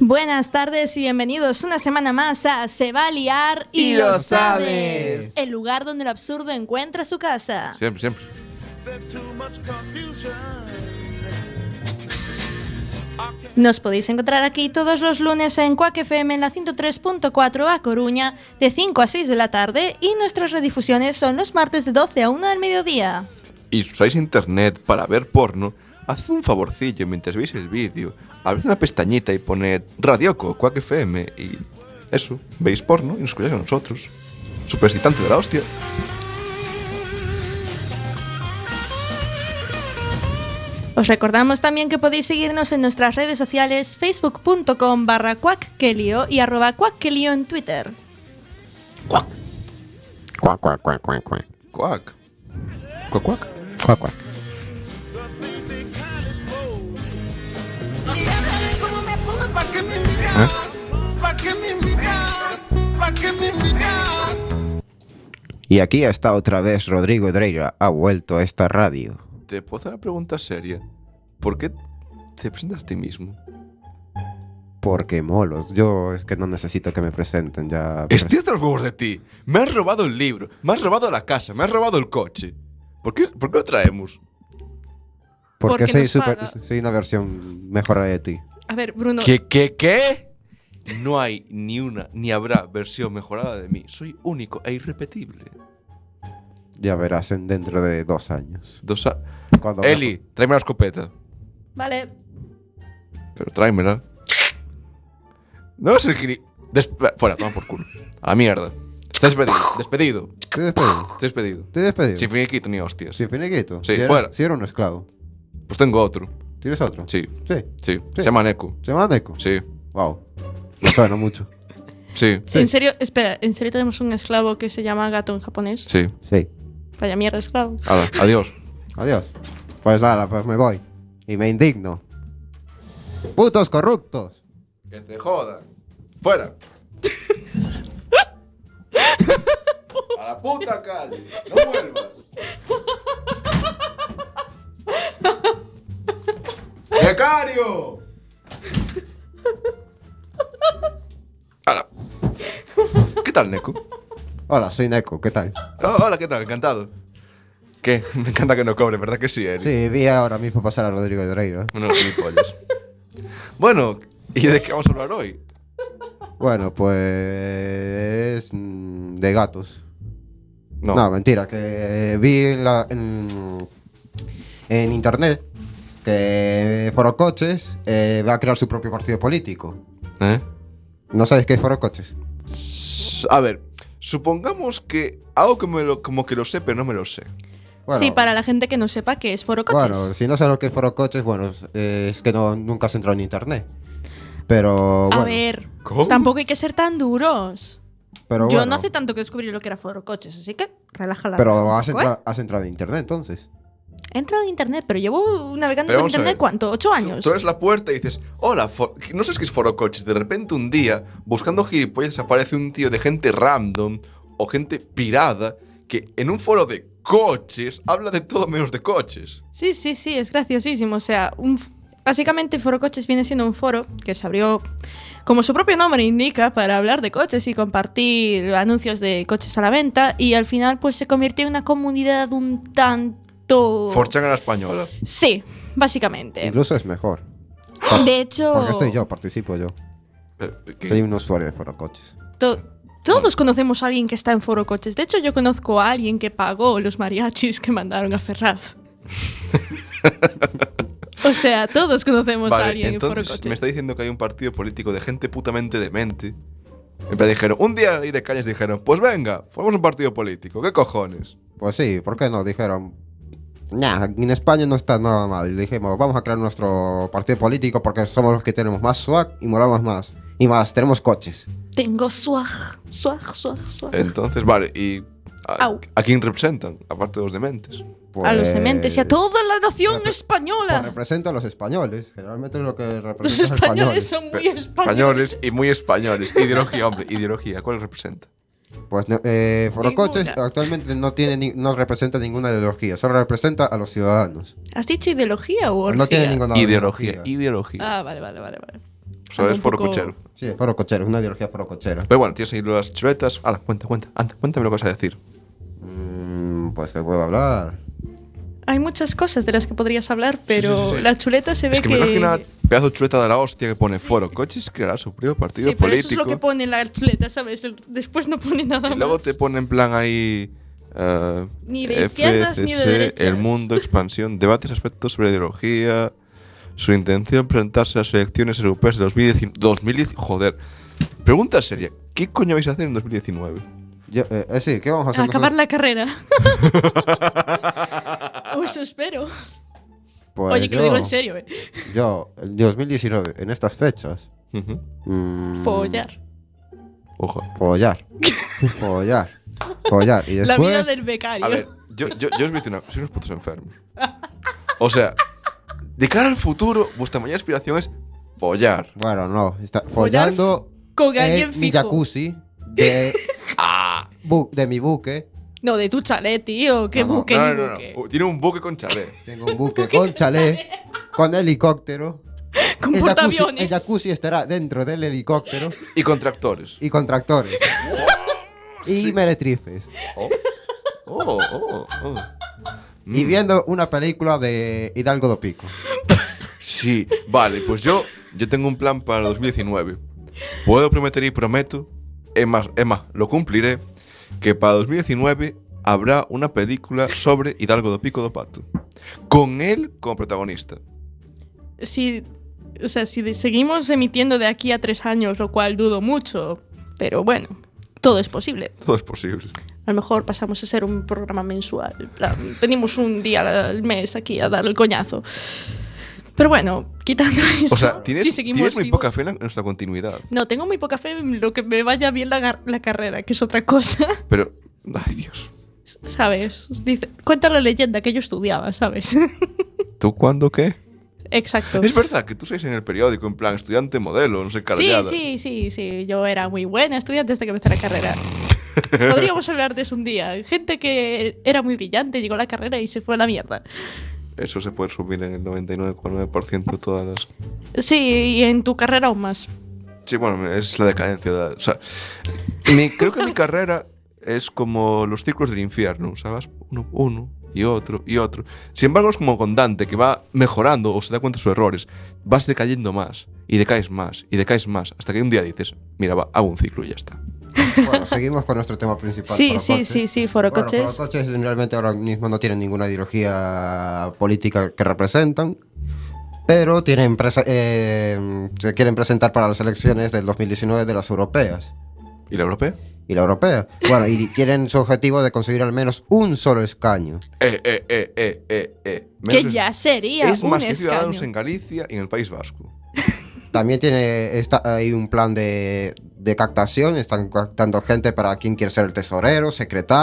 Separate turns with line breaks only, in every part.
Buenas tardes y bienvenidos una semana más a Se va a liar
Y lo sabes.
El lugar donde el absurdo encuentra su casa.
Siempre, siempre.
Nos podéis encontrar aquí todos los lunes en Quack FM en la 103.4 a Coruña de 5 a 6 de la tarde y nuestras redifusiones son los martes de 12 a 1 del mediodía.
Y si usáis internet para ver porno, haced un favorcillo mientras veis el vídeo. Abrid una pestañita y poned Radioco, Quack FM y eso. Veis porno y nos escucháis a nosotros. Super excitante de la hostia.
Os recordamos también que podéis seguirnos en nuestras redes sociales facebook.com barra cuackelio y arroba cuackelio en Twitter.
Cuac, cuac, cuac, cuac, cuac.
Quack. Quack, quack.
Cuac, cuac.
Y ya sabes cómo me pongo, ¿pa' qué me invitan? ¿Pa' qué me invitan? ¿Pa' qué me invitan?
Y aquí está otra vez Rodrigo Dreira, ha vuelto a esta radio.
Te puedo hacer una pregunta seria. ¿Por qué te presentas a ti mismo?
Porque molos, yo es que no necesito que me presenten ya.
Estoy hasta los huevos de ti. Me has robado el libro, me has robado la casa, me has robado el coche. ¿Por qué, por qué lo traemos?
Porque
Porque soy,
nos
super-
paga.
soy una versión mejorada de ti.
A ver, Bruno,
¿Qué, qué, qué? No hay ni una ni habrá versión mejorada de mí. Soy único e irrepetible.
Ya verás en dentro de dos años.
Dos a-
Cuando
Eli, tráeme la escopeta.
vale,
Pero tráemela. No es el gili... Despe- Fuera, toma por culo. A la mierda. Estás despedido. Despedido.
Te despedido.
Estás despedido.
Te despedido.
Sin finiquito ni hostias.
Sin finiquito.
Sí,
si,
fuera.
eres, si era un esclavo.
Pues tengo otro.
¿Tienes otro?
Sí,
Sí.
sí.
Sí.
Se llama Neku.
¿Se llama Deco?
Sí,
Wow. Me suena mucho.
sí,
Sí.
En serio, espera, en serio tenemos un esclavo que se llama gato en japonés.
sí.
Sí.
Vaya mierda, esclavo.
Hala, adiós.
Adiós. Pues nada, pues me voy. Y me indigno. ¡Putos corruptos!
Que te jodan. Fuera. A la puta calle. No vuelvas. ¡Becario! Hola. ¿Qué tal, Neko?
Hola, soy Neko, ¿qué tal?
Oh, hola, ¿qué tal? Encantado. ¿Qué? Me encanta que no cobre, ¿verdad que sí, Eric?
Sí, vi ahora mismo pasar a Rodrigo de ¿eh? Reiro.
Unos gilipollas. bueno, ¿y de qué vamos a hablar hoy?
Bueno, pues. mm, de gatos.
No.
No, mentira, que vi en, la- en, en internet que Foro Coches eh, va a crear su propio partido político.
¿Eh?
¿No sabes qué es Foro Coches?
S- A ver, supongamos que hago que me lo- como que lo sé, pero no me lo sé.
Bueno,
Sí, para la gente que no sepa que es Foro Coches.
Bueno, si no sabes lo que es Foro Coches, bueno, es, eh, es que no, nunca has entrado en internet. Pero bueno,
A ver,
¿Cómo?
tampoco hay que ser tan duros.
pero
yo
bueno,
no hace tanto que descubrí lo que era foro coches, así que relájala.
pero has,
¿eh?
entrado...
entra- has entrado en internet entonces.
He entrado en internet, pero llevo navegando
Pero
en
vamos a
internet
ver.
¿cuánto? ¿Ocho
Tú
años?
tú abres la puerta y dices, hola, fo- no sé qué es Foro Coches. De repente un día, buscando gilipollas, aparece un tío de gente random o gente pirada que en un foro de coches habla de todo menos de coches.
Sí, sí, sí, es graciosísimo. O sea, un f- básicamente Foro Coches viene siendo un foro que se abrió, como su propio nombre indica, para hablar de coches y compartir anuncios de coches a la venta. Y al final, pues se convirtió en una comunidad un tanto.
Forchan a la española.
Sí, básicamente.
Incluso es mejor.
De hecho.
Porque
este
estoy yo, participo yo.
Eh, que-
Soy un usuario de Foro Coches.
To- todos conocemos a alguien que está en Foro Coches. De hecho, yo conozco a alguien que pagó los mariachis que mandaron a Ferraz. o sea, todos conocemos a
Vale,
alguien en Foro
entonces
Coches.
me está diciendo que hay un partido político de gente putamente demente. En plan, dijeron, un día la ley de calles dijeron, pues venga, formamos un partido político, ¿qué cojones?
Pues sí, ¿por qué no? Dijeron. Nah, en España no está nada mal. Dijimos, vamos a crear nuestro partido político porque somos los que tenemos más swag y moramos más. Y más, tenemos coches.
Tengo swag, swag, swag, swag.
Entonces, vale, ¿y a,
Au.
a quién representan? Aparte de los dementes.
a los dementes y a
Pues,
toda la nación
Pues pues
española.
representa a los españoles. Generalmente es lo que representa
Los españoles
españoles.
son muy españoles.
Españoles y muy españoles. Ideología, hombre, ideología, ¿cuál representa?
Pues no, eh, Forocoches
Ninguna.
actualmente no, tiene ni- no representa ninguna ideología, solo representa a los ciudadanos.
¿Has dicho ideología o
No tiene
orgía?
ninguna
Ah, ideología, ideología.
Ah, vale, vale, vale, vale.
O sea, es
un
foro
poco-
cochero.
Sí, foro cochero, es una ideología foro cochera.
Pero bueno, tienes ahí las chuletas. Ahora, cuenta, cuenta. Anda, cuéntame lo que vas a decir.
Mm, pues que puedo hablar.
Hay muchas cosas de las que podrías hablar, pero
sí, sí, sí.
la chuleta se ve
Es que me imagino una pedazo de chuleta de la hostia que pone foro coches creará su propio
Sí,
partido
pero
político.
eso es lo que pone la chuleta, ¿sabes? El- Después no pone nada
Y luego
más.
te pone en plan ahí. eh,
Ni de izquierdas ni de
FCC,
derechas.
El mundo, expansión, debates, aspectos sobre ideología. Su intención presentarse a las elecciones europeas de 2019. 2010, joder. Pregunta seria: ¿qué coño vais a hacer en 2019?
Yo, eh, eh, sí, ¿qué vamos a hacer?
A acabar
nosotros?
la carrera. O eso espero.
Pues
Oye, que lo
yo-
digo en serio, eh.
Yo, en 2019, en estas fechas.
Ujú.
mm,
Follar.
Ojo.
Follar. follar. Follar. Y
La
después.
vida del becario.
A ver, yo, yo, yo os voy a decir una cosa, sois unos putos enfermos. O sea, de cara al futuro, vuestra mayor aspiración es follar.
Bueno, no. Está
Follar
follando
con
Eh,
alguien
en mi
fijo.
jacuzzi de, ah, bu- de mi buque.
No, de tu chalet, tío. Que
No, no,
buque,
no,
ni
no,
buque.
no. Tiene un buque con chalet.
Tengo un buque con chalet, con helicóptero.
Con
el, jacuzzi,
portaaviones.
el jacuzzi estará dentro del helicóptero
Y con tractores.
y con tractores. y meretrices.
Oh, oh, oh, oh.
Y viendo una película de Hidalgo do Pico.
Sí, vale, pues yo, yo tengo un plan para 2019. Puedo prometer y prometo, es más, es más, lo cumpliré, que para 2019 habrá una película sobre Hidalgo do Pico do Pato. Con él como protagonista.
Si, o sea, si de- seguimos emitiendo de aquí a tres años, lo cual dudo mucho, pero bueno, todo es posible.
Todo es posible.
A lo mejor pasamos a ser un programa mensual. en plan, Venimos un día al mes aquí a dar el coñazo. Pero bueno, quitando eso,
O sea, tienes,
si seguimos
tienes muy
vivos-
poca fe en la- en nuestra continuidad.
No, tengo muy poca fe en lo que me vaya bien la, gar- la carrera, que es otra cosa,
Pero, ay Dios.
¿sabes? Dice, cuenta la leyenda que yo estudiaba, ¿sabes?
¿Tú cuándo qué?
Exacto.
Es verdad que tú sois en el periódico, en plan estudiante modelo, no sé,
Sí,
carallada.
sí, sí, sí. Yo era muy buena estudiante hasta que empecé la carrera. Podríamos hablar de eso un día. Gente que era muy brillante, llegó a la carrera y se fue a la mierda.
Eso se puede subir en el 99,9% de todas las...
Sí, y en tu carrera aún más.
Sí, bueno, es la decadencia. de la- o sea, mi- creo que mi carrera es como los círculos del infierno, ¿sabes? Uno, uno y otro y otro. Sin embargo, es como con Dante, que va mejorando o se da cuenta de sus errores. Vas decayendo más y decaes más y decaes más hasta que un día dices, mira, va, hago un ciclo y ya está.
Bueno, seguimos con nuestro tema principal.
Sí,
foro
sí,
coches.
sí, sí, foro
Bueno,
coches.
Los coches realmente ahora mismo no tienen ninguna ideología política que representan, pero tienen presa- eh, se quieren presentar para las elecciones del 2019 de las europeas
¿Y la europea?
y la europea. Bueno, y tienen su objetivo de conseguir al menos un solo escaño.
Eh, eh, eh, eh, eh, eh.
Que
Menos-
ya sería
es
un
más que
escaño.
Ciudadanos en Galicia y en el País Vasco.
También tiene está, hay un plan de, de captación, están captando gente para quien quiere ser el tesorero,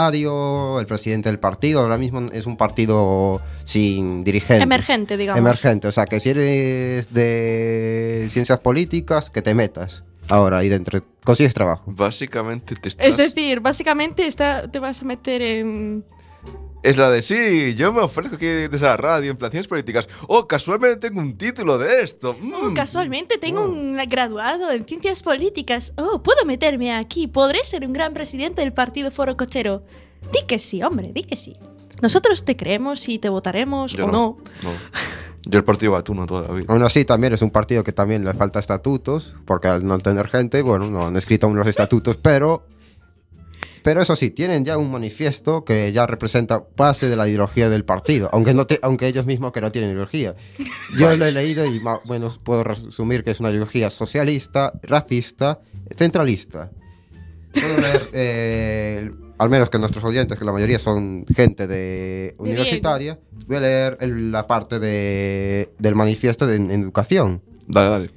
secretario, el presidente del partido. Ahora mismo es un partido sin dirigente.
Emergente, digamos.
Emergente, o sea, que si eres de ciencias políticas, que te metas ahora ahí dentro. Consigues trabajo.
Básicamente te estás...
Es decir, básicamente está, te vas a meter en...
Es la de sí, yo me ofrezco aquí desde la radio en planciones políticas. Oh, casualmente tengo un título de esto.
Oh,
Mm.
casualmente tengo un graduado en ciencias políticas. Oh, puedo meterme aquí. Podré ser un gran presidente del partido Foro Cochero. Di que sí, hombre, di que sí. Nosotros te creemos y te votaremos
Yo
o no.
no. Yo el partido Batuno toda la vida.
Aún así, también es un partido que también le falta estatutos, porque al no tener gente, bueno, no han escrito aún los estatutos, pero. Pero eso sí, tienen ya un manifiesto que ya representa base de la ideología del partido, aunque, no te- aunque ellos mismos que no tienen ideología. Yo lo he leído y más o menos puedo resumir que es una ideología socialista, racista, centralista. Puedo leer, eh, al menos que nuestros oyentes, que la mayoría son gente de universitaria, voy a leer el- la parte de, del manifiesto de, en educación.
Dale, dale.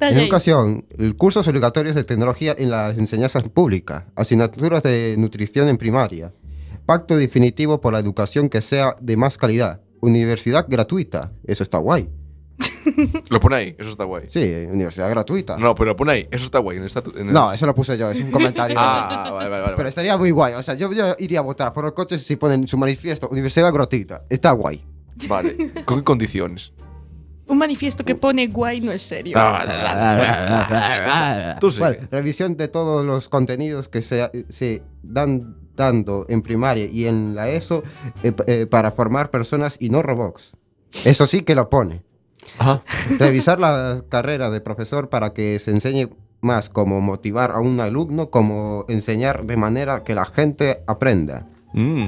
En educación, el cursos obligatorios de tecnología en las enseñanzas públicas, asignaturas de nutrición en primaria, pacto definitivo por la educación que sea de más calidad, universidad gratuita, eso está guay.
Lo pone ahí, eso está guay.
Sí, universidad gratuita.
No, pero lo pone ahí, eso está guay. En el estatu- en el-
No, eso lo puse yo, es un comentario.
Ah, vale, vale, vale.
Pero estaría muy guay, o sea, yo, yo iría a votar por los coches si ponen su manifiesto, universidad gratuita, está guay.
Vale. ¿Con qué condiciones?
Un manifiesto que pone guay no es serio.
Ah. Tú sí.
Bueno, revisión de todos los contenidos que se, se dan dando en primaria y en la ESO eh, pa- eh, para formar personas y no robots. Eso sí que lo pone. Revisar la carrera de profesor para que se enseñe más cómo motivar a un alumno, cómo enseñar de manera que la gente aprenda.
Mm.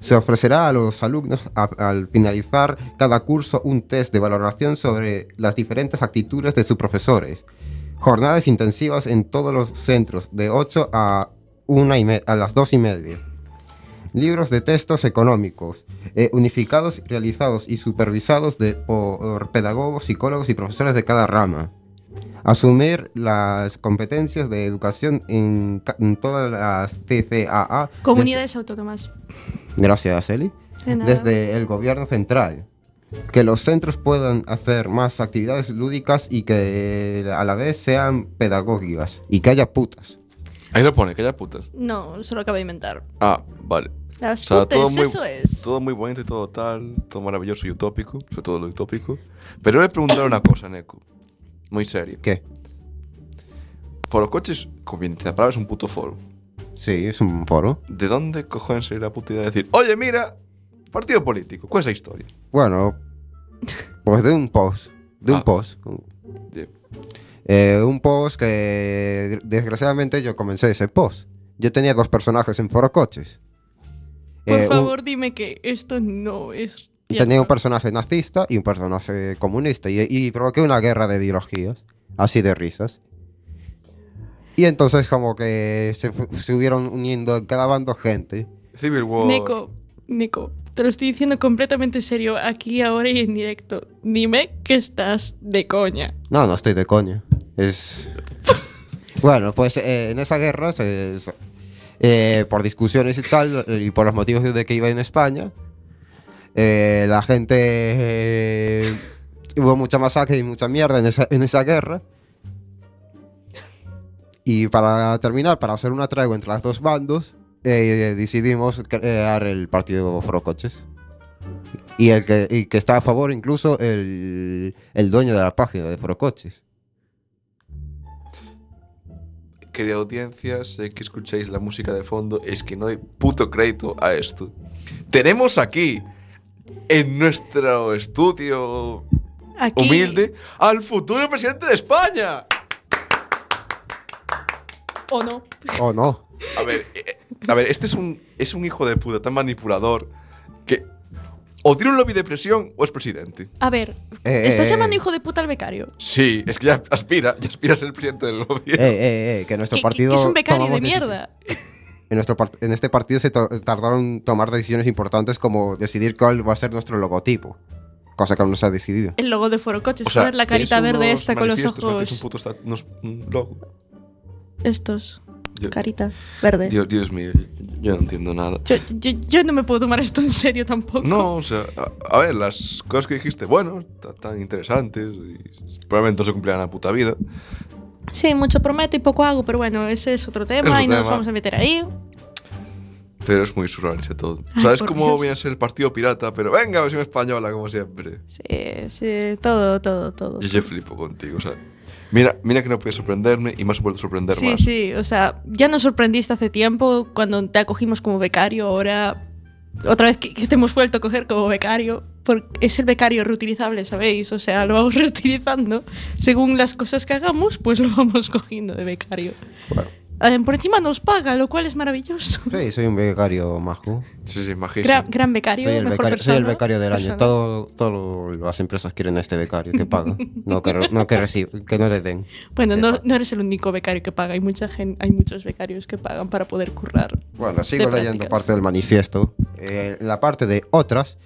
Se ofrecerá a los alumnos a- al finalizar cada curso un test de valoración sobre las diferentes actitudes de sus profesores. Jornadas intensivas en todos los centros, de 8 a, una y me- a las 2 y media. Libros de textos económicos, eh, unificados, realizados y supervisados de- por pedagogos, psicólogos y profesores de cada rama. Asumir las competencias de educación en, ca- en todas las CCAA. desde-
Comunidades autónomas.
Gracias, Eli.
De nada.
Desde el gobierno central. Que los centros puedan hacer más actividades lúdicas y que eh, a la vez sean pedagógicas. Y que haya putas.
Ahí lo pone, que haya putas.
No, solo acabo de inventar.
Ah, vale.
Las
O sea,
putes,
todo muy-
eso es.
Todo muy bonito y todo tal, todo maravilloso y utópico, sobre todo lo utópico. Pero le preguntar una cosa, Neko. Muy serio.
¿Qué?
Foro coches, como bien te la palabra, es un puto foro.
Sí, es un foro.
¿De dónde cojones salió la puta idea de decir, oye, mira, partido político? ¿Cuál es la historia?
Bueno, pues de un post. De un
Ah.
post.
De-
Eh, un post que desgraciadamente yo comencé ese post. Yo tenía dos personajes en foro coches.
Por
Eh, un-
favor, dime que esto no es.
Tenía un
cierto.
personaje nazista y un personaje comunista y, y provoqué una guerra de ideologías, así de risas. Y entonces como que se, fu- se hubieron uniendo en cada bando gente.
Civil War.
Neko, Neko, te lo estoy diciendo completamente serio, aquí, ahora y en directo. Dime que estás de coña.
No, no estoy de coña. Es... bueno, pues eh, en esa guerra, se- se- eh, por discusiones y tal, y por los motivos de que iba en España, eh, la gente... eh, hubo mucha masacre y mucha mierda en esa, en esa guerra. Y para terminar, para hacer una tregua entre los dos bandos, eh, decidimos crear el partido Forocoches. Y el que, y que está a favor incluso el, el dueño de la página de Forocoches.
Querida audiencia, sé que escucháis la música de fondo, es que no doy puto crédito a esto. Tenemos aquí, en nuestro estudio
Aquí,
humilde, al futuro presidente de España.
O no.
¿O Oh, no?
A ver, eh, a ver, este es un, es un hijo de puta tan manipulador que o tiene un lobby de presión o es presidente.
A ver,
Eh,
estás
eh,
llamando
eh.
hijo de puta al becario.
Sí, es que ya aspira, ya aspira a ser presidente del lobby.
Eh, eh, eh, que nuestro
Que- que-
partido...
que es un becario de
tomamos decisi-
mierda.
En, nuestro part- en este partido se to- tardaron en tomar decisiones importantes como decidir cuál va a ser nuestro logotipo. Cosa que aún no se ha decidido.
El logo de Forocoches,
O sea,
poner la carita
tienes
verde
unos
esta con los
manifiestos, ¿no? Tienes un
ojos.
puto esta- unos- un logo.
Estos,
Dios,
carita verde.
Dios- Dios mío, yo no entiendo nada.
Yo, yo, yo no me puedo tomar esto en serio tampoco.
No, o sea, a, a ver, las cosas que dijiste, bueno, ta- tan interesantes y probablemente no se cumplirán en la puta vida.
Sí, mucho prometo y poco hago, pero bueno, ese es otro tema
otro
y no nos
tema.
vamos a meter ahí.
Pero es muy surrealista todo. O sea,
Ay,
es
por
como
Dios.
viene a ser el partido pirata, pero venga, versión española, como siempre.
Sí, sí, todo, todo, todo.
Yo, yo flipo contigo, o sea. Mira, mira que no puedes sorprenderme y más puedes sorprender
Sí,
más.
sí, o sea, ya nos sorprendiste hace tiempo cuando te acogimos como becario, ahora otra vez que, que te hemos vuelto a coger como becario, porque es el becario reutilizable, ¿sabéis? O sea, lo vamos reutilizando. Según las cosas que hagamos, pues lo vamos cogiendo de becario.
Bueno.
Adem- Por encima nos paga, lo cual es maravilloso.
Sí, soy un becario majo.
Sí, sí,
Gran,
imagínate.
gran becario,
Soy el,
mejor
becario, soy el
persona,
becario del año.
persona.
Todas las empresas quieren a este becario que paga. No que, re- no que recibe, que no le den.
Bueno,
Eh,
no, no eres el único becario que paga, hay, mucha gen- hay muchos becarios que pagan para poder currar.
Bueno, sigo
de
leyendo
prácticas.
parte del manifiesto. Eh, la parte de otras,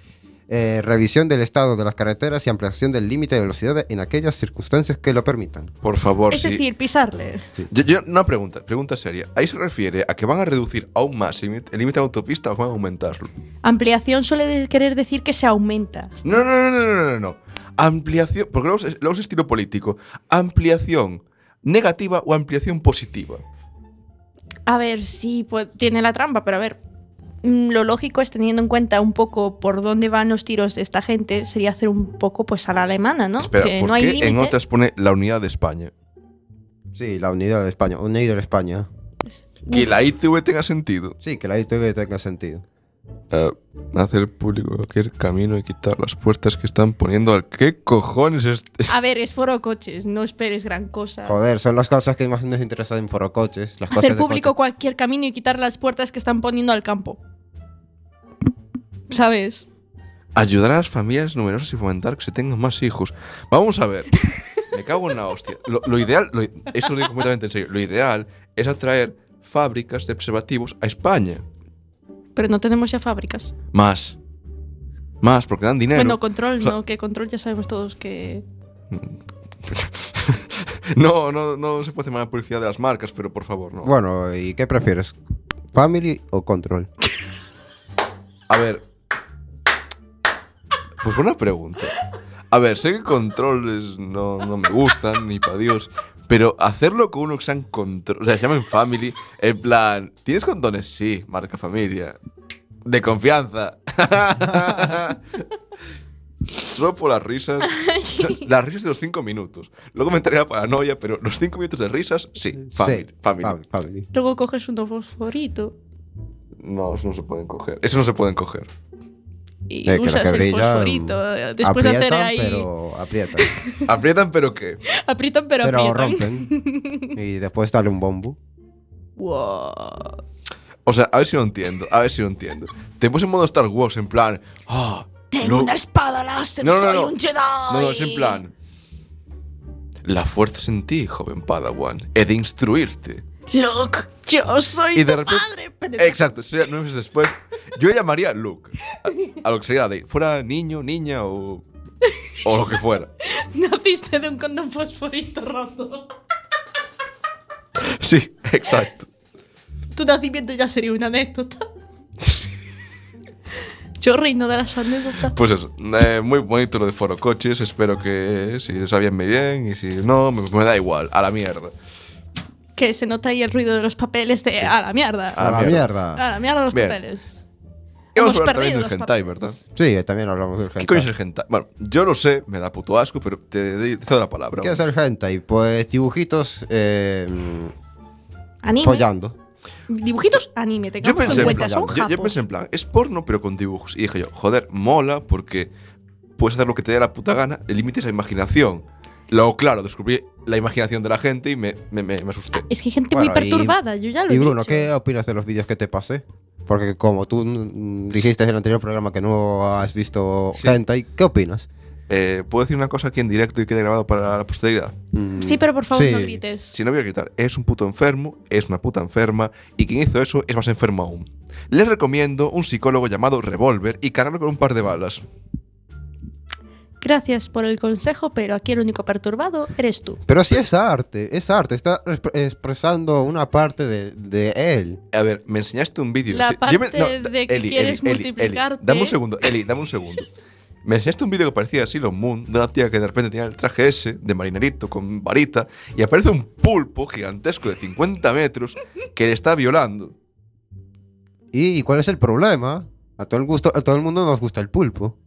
eh, revisión del estado de las carreteras y ampliación del límite de velocidad en aquellas circunstancias que lo permitan.
Por favor,
es
sí.
decir, pisarle.
Yo, yo- una pregunta, pregunta seria. ¿Ahí se refiere a que van a reducir aún más el límite- el límite de autopista o van a aumentarlo?
Ampliación suele de- querer decir que se aumenta.
No, no, no, no, no, no, no. Ampliación, porque luego es, luego es estilo político. Ampliación negativa o ampliación positiva.
A ver, sí, pues, tiene la trampa, pero a ver. mm, lo lógico es teniendo en cuenta un poco por dónde van los tiros de esta gente, sería hacer un poco pues a la alemana, ¿no?
Espera,
que
¿por
no hay
qué en
límite.
otras pone la unidad de España?
Sí, la unidad de España. Unido de España.
Que la ITV tenga sentido.
Sí, que la ITV tenga sentido.
Eh, hacer público cualquier camino y quitar las puertas que están poniendo al... ¿Qué cojones es este?
A ver, es foro coches, no esperes gran cosa.
Joder, son las cosas que más nos interesan en forocoches. Las cosas
Ah. Hacer
de
público
coche.
cualquier camino y quitar las puertas que están poniendo al campo. ¿Sabes?
Ayudar a las familias numerosas y fomentar que se tengan más hijos. Vamos a ver. Me cago en la hostia. Lo, lo ideal, lo- esto lo digo completamente en serio, lo ideal es atraer fábricas de preservativos a España.
Pero no tenemos ya fábricas.
Más. Más, porque dan dinero.
Bueno, control,
o sea-
¿no? Que control ya sabemos todos que...
no, no, no se puede hacer mala publicidad de las marcas, pero por favor, no.
Bueno, ¿y qué prefieres? ¿Family o control?
A ver. Pues buena pregunta. A ver, sé que controles no, no me gustan, ni para Dios. Pero hacerlo con uno que sean control. O sea, se llamen family. En plan, ¿tienes condones? Sí, marca familia. De confianza. Solo por las risas. O sea, Las risas de los cinco minutos. Luego me entraría la paranoia, pero los cinco minutos de risas, sí. Family.
Sí,
family.
fam- family.
Luego coges un fosforito
No, eso no se pueden coger. Eso no se pueden coger.
y
Eh, que
usas
la
el
quebrilla,
fosforito. eh, Después de hacer
aprietan,
ahí...
pero aprietan.
Aprietan, pero ¿qué?
Aprietan pero,
pero
aprietan.
rompen. Y después dale un bombo.
Wow.
O sea, a ver si lo entiendo, a ver si lo entiendo. Te puse en modo Star Wars, en plan. ah,
Tengo
no,
una espada láser,
No, no,
soy
no.
un Jedi.
no, no, es en plan. La fuerza es en ti, joven Padawan. He de instruirte.
Luke, yo soy
Y
tu
de repente. Eh.
padre, pero-
Exacto, sería nueve meses después. Yo llamaría a Luke. A, a lo que sería de. Fuera niño, niña o. O lo que fuera.
Naciste de un condón fosforito roto.
Sí, exacto.
Tu nacimiento ya sería una anécdota. Yo reino de las anécdotas.
Pues eso, eh, muy bonito lo de Foro Coches. Espero que eh, si lo sabían muy bien y si no, me, me da igual, a la mierda.
Que se nota ahí el ruido de los papeles de... A la mierda.
A
A,
la
la
mierda.
Ah, mierda.
A la mierda los
Ah. Bien.
papeles.
Hemos
Hemos
hablado también
perdido
del
los
hentai,
papeles.
¿verdad?
Sí, también hablamos del
¿Qué coño
hentai.
es el hentai? Bueno, yo lo sé, me da puto asco, pero te doy- te cedo la palabra.
¿Qué es el hentai? Pues dibujitos eh,
Anime.
Pues
follando.
Dibujitos anime. Te
yo
cago en
pensé, en
cuenta,
plan,
son
yo, yo
japos.
pensé en plan, es porno pero con dibujos. Y dije yo, joder, mola porque puedes hacer lo que te dé la puta gana, el límite es la imaginación. Luego, claro, descubrí la imaginación de la gente y me, me, me- me asusté.
Es que hay gente muy
Bueno, y-
perturbada. Yo ya lo
Y
he
Bruno,
dicho.
¿qué opinas de los vídeos que te pasé? Porque como tú mm, dijiste en el anterior programa que no has visto
Sí.
hentai, ¿qué opinas?
Eh, ¿Puedo decir una cosa aquí en directo y quede grabado para la posteridad?
Mm,
Sí, pero por favor
sí.
no grites.
Si no voy a gritar, es un puto enfermo, es una puta enferma, y quien hizo eso es más enfermo aún. Les recomiendo un psicólogo llamado Revolver y cargarlo con un par de balas.
Gracias por el consejo, pero aquí el único perturbado eres tú.
Pero sí es arte, es arte, está exp- expresando una parte de, de él.
A ver, me enseñaste un vídeo.
La
sí. Yo
parte
da-
de que quieres multiplicarte.
dame un segundo, Eli, dame un segundo. Me enseñaste un vídeo que parecía así, los Moon, de una tía que de repente tenía el traje ese, de marinerito, con varita, y aparece un pulpo gigantesco de 50 metros que le está violando.
¿Y cuál es el problema? A todo el, gusto, a todo el mundo nos gusta el pulpo.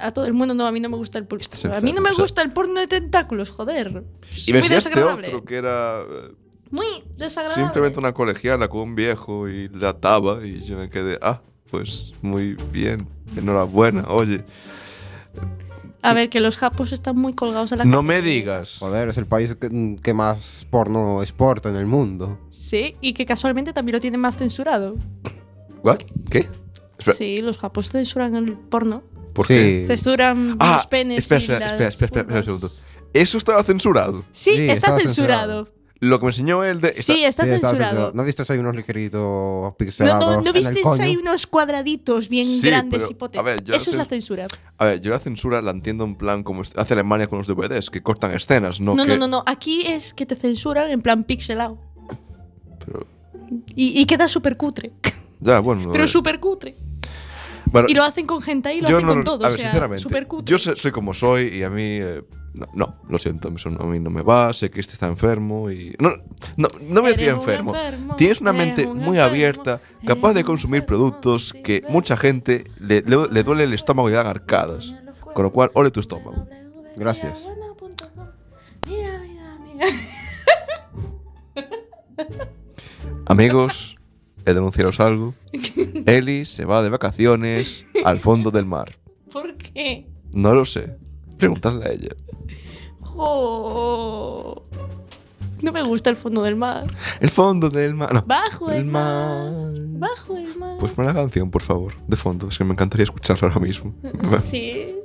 A todo el mundo no, a mí no me gusta el porno.
Estás
A mí no me
enfermo,
gusta el porno de tentáculos, joder. Es
Y me
muy
enseñaste
desagradable.
otro que era eh,
Muy desagradable.
simplemente una colegiala con un viejo y la ataba, y yo me quedé, ah, pues muy bien, enhorabuena, oye.
A ver, que los japos están muy colgados a la
No
cabeza.
me digas.
Joder, es el país que, mm, que más porno exporta en el mundo.
Sí, y que casualmente también lo tienen más censurado.
¿What? ¿Qué? Espera,
Sí, los japos censuran el porno.
¿Por
Sí.
qué?
Censuran
Ah,
mm, los penes.
espera,
y
espera,
las
espera, espera, espera, espera un
vulvas.
segundo. Eso estaba censurado.
Sí,
Sí,
está
estaba
censurado.
Lo que me enseñó él de. está-
Sí, está
Sí, estaba
censurado.
¿No viste ahí unos ligeritos
No,
pixelados
no, ¿no
en el
viste
coño?
hay unos cuadraditos bien
Sí,
grandes
pero,
y potentes?
a ver, yo
Eso es
te-
la censura.
A ver, yo la censura la entiendo en plan como est- hace Alemania con los DVDs, que cortan escenas, ¿no?
No,
que,
no, no, no. Aquí es que te censuran en plan pixelado.
Pero-
Y, y queda súper cutre.
Ya, bueno. eh,
Pero súper cutre.
bueno,
Y lo hacen con gente y lo
yo
hacen
no-
con todo.
A ver,
o sea,
sinceramente.
Súper cutre.
Yo sé- soy como soy y a mí eh, No, no, lo siento, eso no- a mí no me va, sé que este está enfermo y... No, no, no voy a decir
Eres un
enfermo.
enfermo,
Tienes una
eres
mente
un
muy
enfermo,
abierta, capaz de
eres un
consumir
enfermo,
productos
sí,
que
ves.
mucha gente le, le- le duele el estómago y dan arcadas. Con lo cual, ole tu estómago.
Gracias.
Mira, mira, mira.
Amigos, he de anunciaros algo. Eli se va de vacaciones al fondo del mar.
¿Por qué?
No lo sé. Preguntadle a ella.
Jo. No me gusta el fondo del mar.
El fondo del mar. no.
Bajo el,
El
mar.
mar.
Bajo el mar.
Pues pon la canción, por favor, de fondo. Es que me encantaría escucharla ahora mismo.
sí.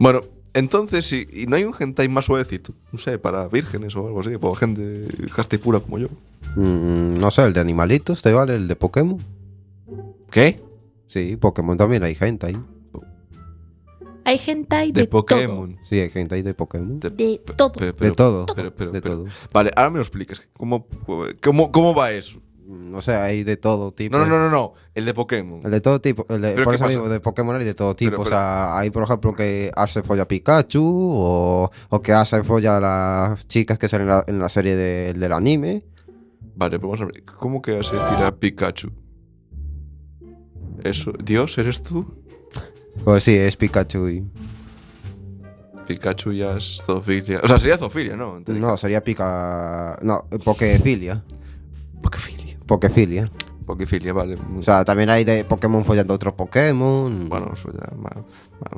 Bueno, entonces, si- y, no hay un hentai más suavecito, no sé, para vírgenes o algo así, para gente casta y pura como yo.
Mm, no sé, el de animalitos, ¿te vale el de Pokémon?
¿Qué?
Sí, Pokémon también hay gente ahí.
Hay gente ahí de,
De Pokémon.
Sí, hay gente ahí de Pokémon.
De,
De todo.
pe-
de
pero-
todo.
pero- pero-
de
pero-
todo.
Vale, ahora me lo explicas. ¿Cómo, cómo, cómo va eso?
Mm, O sea, hay de todo tipo.
No, no, no, no, no. El de Pokémon.
pues El de todo tipo. el de-
¿Pero
por
qué
eso
pasa?
digo, de Pokémon hay de todo tipo.
Pero-
o sea, hay, por ejemplo, que hace folla a Pikachu o, o que hace folla a las chicas que salen en la, en la serie de- del anime.
Vale, pero vamos a ver. ¿Cómo que se tira Pikachu? Eso. Dios, ¿eres tú?
Pues sí, es Pikachu y...
Pikachu ya es zoofilia. O sea, sería zoofilia, ¿no? Entonces,
No, sería Pika... No, Pokefilia.
Pokefilia.
Pokefilia.
Pokefilia, vale.
O sea, también hay de Pokémon follando a otros Pokémon.
bueno, eso ya. ma- ma-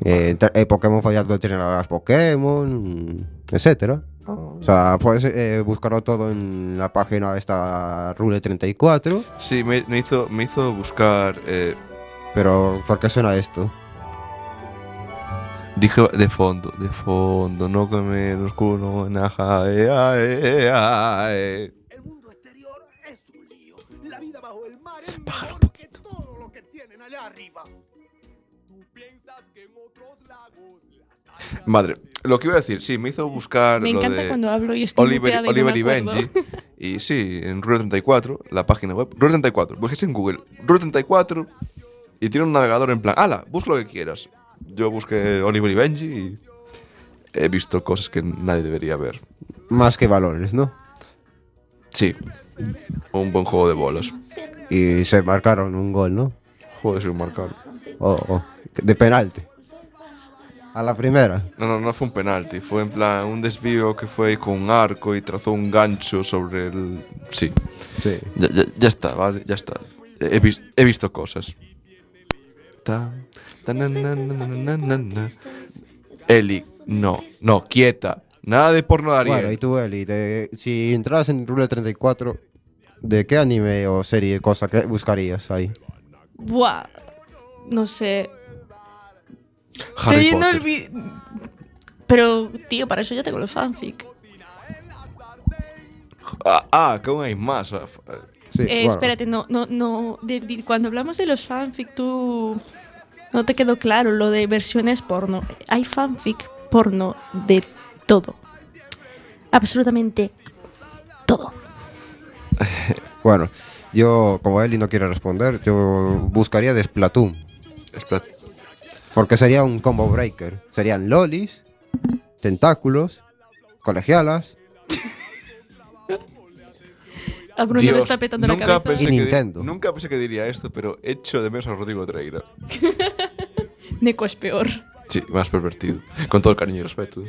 Eh, tra- eh, Pokémon follando a las Pokémon, etcétera. O sea, puedes eh, buscarlo todo en la página esta Rule34,
Sí, me, me hizo, me hizo buscar. eh,
pero ¿por qué suena esto?
dije de fondo, de fondo, no que me lo oscuro, naja, eh, ah, eh, eh, ah, eh.
El mundo exterior es un lío. La vida bajo el mar es
Bájalo
mejor que todo lo que tienen allá arriba. Tú piensas que en otros lagos las algas
Madre, lo que iba a decir, sí, me hizo buscar.
Me
lo
encanta
de-
cuando hablo y estoy
Oliver,
muteada y no
Oliver
me
y
acuerdo.
Benji. Y sí, en Rule 34, la página web. Rule 34, busques en Google Rule 34 y tiene un navegador en plan, ala, busca lo que quieras. Yo busqué Oliver y Benji y he visto cosas que nadie debería ver.
Más que balones, ¿no?
Sí, un buen juego de bolas.
Y se marcaron un gol, ¿no?
Joder, sin marcar.
O- o- de penalti. A la primera.
No, no, no fue un penalti, fue en plan un desvío que fue con un arco y trazó un gancho sobre el... Sí,
Sí.
ya, ya- ya está, vale, ya está. He, vis- he visto cosas. Ta- ta- na- na- na- na- na- na- na. Eli, no, no, quieta. Nada de porno de Ariel.
Bueno, y tú, Eli, de- si entras en Rule34, ¿de qué anime o serie, cosa que buscarías ahí?
Buah. No sé.
Harry
Te lleno
Potter.
el vi- Pero, tío, para eso ya tengo los fanfic.
Ah, ah, que aún hay más. Ah, f- eh,
Sí,
Eh,
bueno.
Espérate, no, no, no. de- de- cuando hablamos de los fanfic, tú. No te quedó claro lo de versiones porno. Hay fanfic porno de todo. Absolutamente todo.
Bueno, yo, como Eli no quiere responder, yo buscaría de Splatoon.
Espera.
Porque sería un combo breaker. Serían lolis, tentáculos, colegialas
A Bruno le
Dios,
está petando la
nunca
cabeza.
pensé
Y
que di-
Nintendo.
nunca pensé que diría esto, pero echo de menos a Rodrigo Treira.
Neko es peor.
Sí, más pervertido. Con todo el cariño y respeto.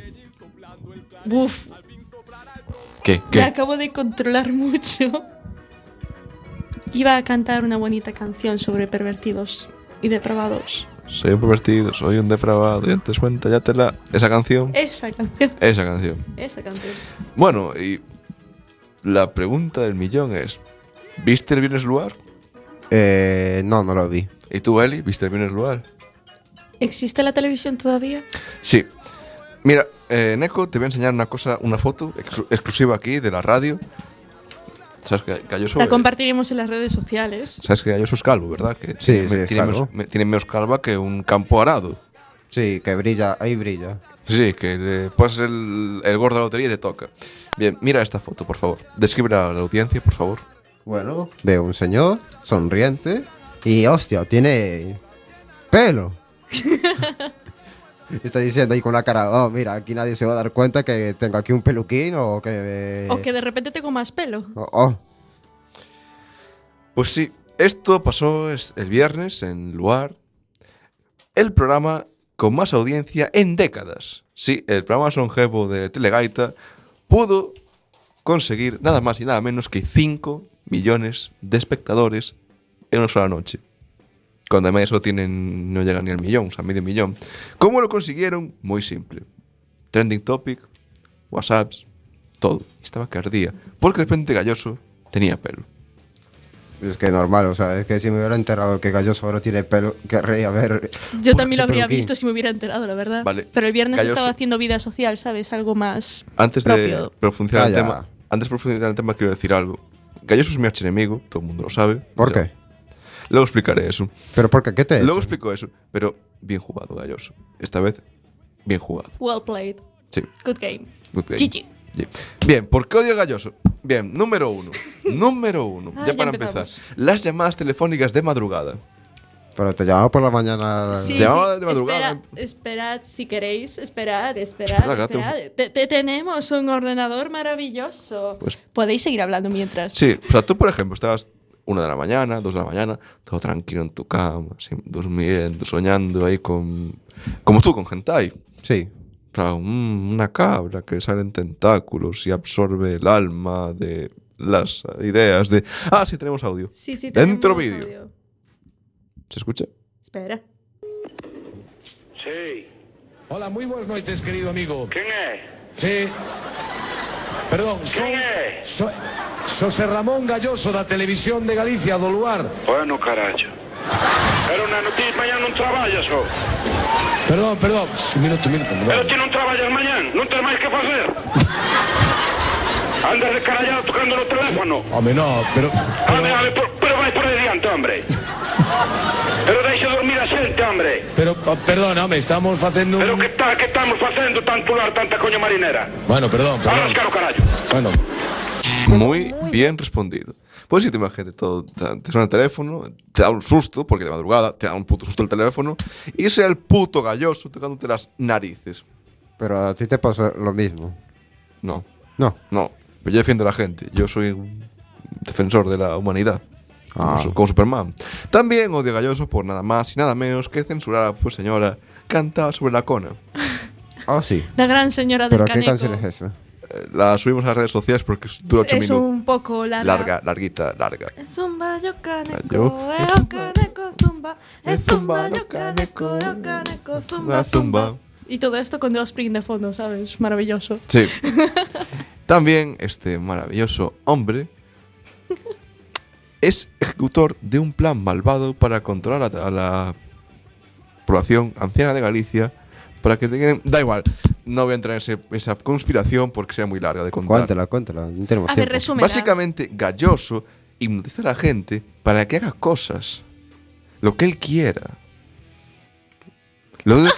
Buf,
¿Qué?
me
¿Qué?
acabo de controlar mucho. Iba a cantar una bonita canción sobre pervertidos y depravados.
Soy un pervertido, soy un depravado. Ya te das cuenta, ya te la. Esa canción.
Esa canción.
Esa canción.
Esa canción.
Bueno, y. La pregunta del millón es: ¿Viste el viernes lugar?
Eh, no, no lo vi.
¿Y tú, Eli? ¿Viste el viernes lugar?
¿Existe la televisión todavía?
Sí. Mira, eh, Neko, te voy a enseñar una cosa, una foto exclu- exclusiva aquí de la radio. Sabes que cayó
La compartiremos en las redes sociales.
Sabes que Galloso es calvo, ¿verdad? Que
Sí,
tiene,
sí, es
tiene
calvo.
menos, me- tiene menos calva que un campo arado.
Sí, que brilla, ahí brilla.
Sí, que le pasas el, el gordo a la lotería y te toca. Bien, mira esta foto, por favor. Descríbela a la audiencia, por favor.
Bueno, veo un señor sonriente y hostia, tiene pelo. Está diciendo ahí con la cara, oh, mira, aquí nadie se va a dar cuenta que tengo aquí un peluquín o que...
O que de repente tengo más pelo.
Oh, oh.
Pues sí, esto pasó es- el viernes en Luar. El programa con más audiencia en décadas. Sí, el programa Sonjevo de Telegaita pudo conseguir nada más y nada menos que 5 millones de espectadores en una sola noche. Cuando además eso tienen, no llegan ni al millón, o sea, medio millón. ¿Cómo lo consiguieron? Muy simple. Trending topic, WhatsApps, todo. Estaba que ardía. Porque de repente Galloso tenía pelo.
Es que normal, o sea, es que si me hubiera enterado que Galloso ahora tiene pelo, querría ver...
Yo
por
también
ese
lo habría
peluquín.
visto si me hubiera enterado, la verdad.
Vale.
Pero el viernes
Calloso.
estaba haciendo vida social, ¿sabes? Algo más
Antes de
propio.
profundizar en el
Calla.
tema, antes de profundizar en el tema quiero decir algo. Galloso es mi archienemigo, todo el mundo lo sabe.
¿Por
Yo-
qué?
Luego explicaré eso.
¿Pero por qué? ¿Qué te he
Luego
hecho?
explico eso, pero bien jugado Galloso. Esta vez bien jugado.
Well played.
Sí.
Good game.
good game.
GG.
Sí. Bien, ¿por qué odio a Galloso? Bien, número uno. número uno.
Ah,
ya
ya
para empezar.
empezamos.
Las llamadas telefónicas de madrugada.
Pero te llamaba por la mañana...
Sí,
Llamaba
sí.
de madrugada.
Espera- esperad, si queréis, esperad,
Espera,
esperad,
que tengo-
esperad. Te, te- tenemos un ordenador maravilloso.
Pues-
Podéis seguir hablando mientras.
Sí, o sea, tú, por ejemplo, estabas una de la mañana, dos de la mañana, todo tranquilo en tu cama, sin- durmiendo, soñando ahí con. Como tú, con Gentai.
Sí.
Claro, mm, una cabra que salen tentáculos y absorbe el alma de las ideas de... Ah, sí, tenemos audio.
sí, sí
Dentro
tenemos
vídeo.
audio.
¿Se escucha?
Espera.
Sí.
Hola, muy buenas noches, querido amigo.
¿Quién es?
Sí. Perdón, soy,
¿Quién es?
soy- José Ramón Galloso da Televisión de Galicia, do lugar.
Bueno, carajo. Era una noticia, mañana no trabajas, oh.
Perdón, perdón. Un minuto, un minuto.
Pero
perdón.
tú no trabajas mañana, no tienes más que hacer. Andas de carallado tocando el teléfono.
Hombre, no, pero...
Ande, ande, por- pero vais por delante, hombre. Pero deixa dormir a gente, hombre.
Pero, oh, perdón, hombre, estamos haciendo
Pero
un...
que, ta, que estamos haciendo tanto lar, tanta coña marinera.
Bueno, perdón,
Ahora es caro,
perdón.
carajo.
Bueno,
Muy bien respondido. Pues si te imaginas, todo, ta- te suena el teléfono, te da un susto, porque de madrugada te da un puto susto el teléfono, y sea el puto galloso tocándote las narices.
Pero a ti te pasó lo mismo.
No,
No.
no. Pero yo defiendo a la gente. Yo soy un defensor de la humanidad. Como,
Ah.
su- como Superman. También odio a Galloso por nada más y nada menos que censurar a pues señora canta sobre la cona.
Ah, sí.
La gran señora del
¿Pero qué
caneco.
canción es esa?
Eh, La subimos a las redes sociales porque es- dura 8
es
minutos.
un poco larga.
Larga, larguita, larga.
Zumba yo
Yo-
caneco, eh, o caneco, zumba, eh, zumba yo caneco, eh, o caneco, zumba,
Zumba, zumba.
zumba. Y todo esto con Spring de fondo, ¿sabes? Maravilloso.
Sí. También este maravilloso hombre es ejecutor de un plan malvado para controlar a, a la población anciana de Galicia para que tengan... Da igual, no voy a entrar en ese- esa conspiración porque sea muy larga de contar.
Cuéntala, cuéntala. No tenemos
A ver,
tiempo.
resumen.
Básicamente, Galloso hipnotiza a la gente para que haga cosas. Lo que él quiera. Lo de-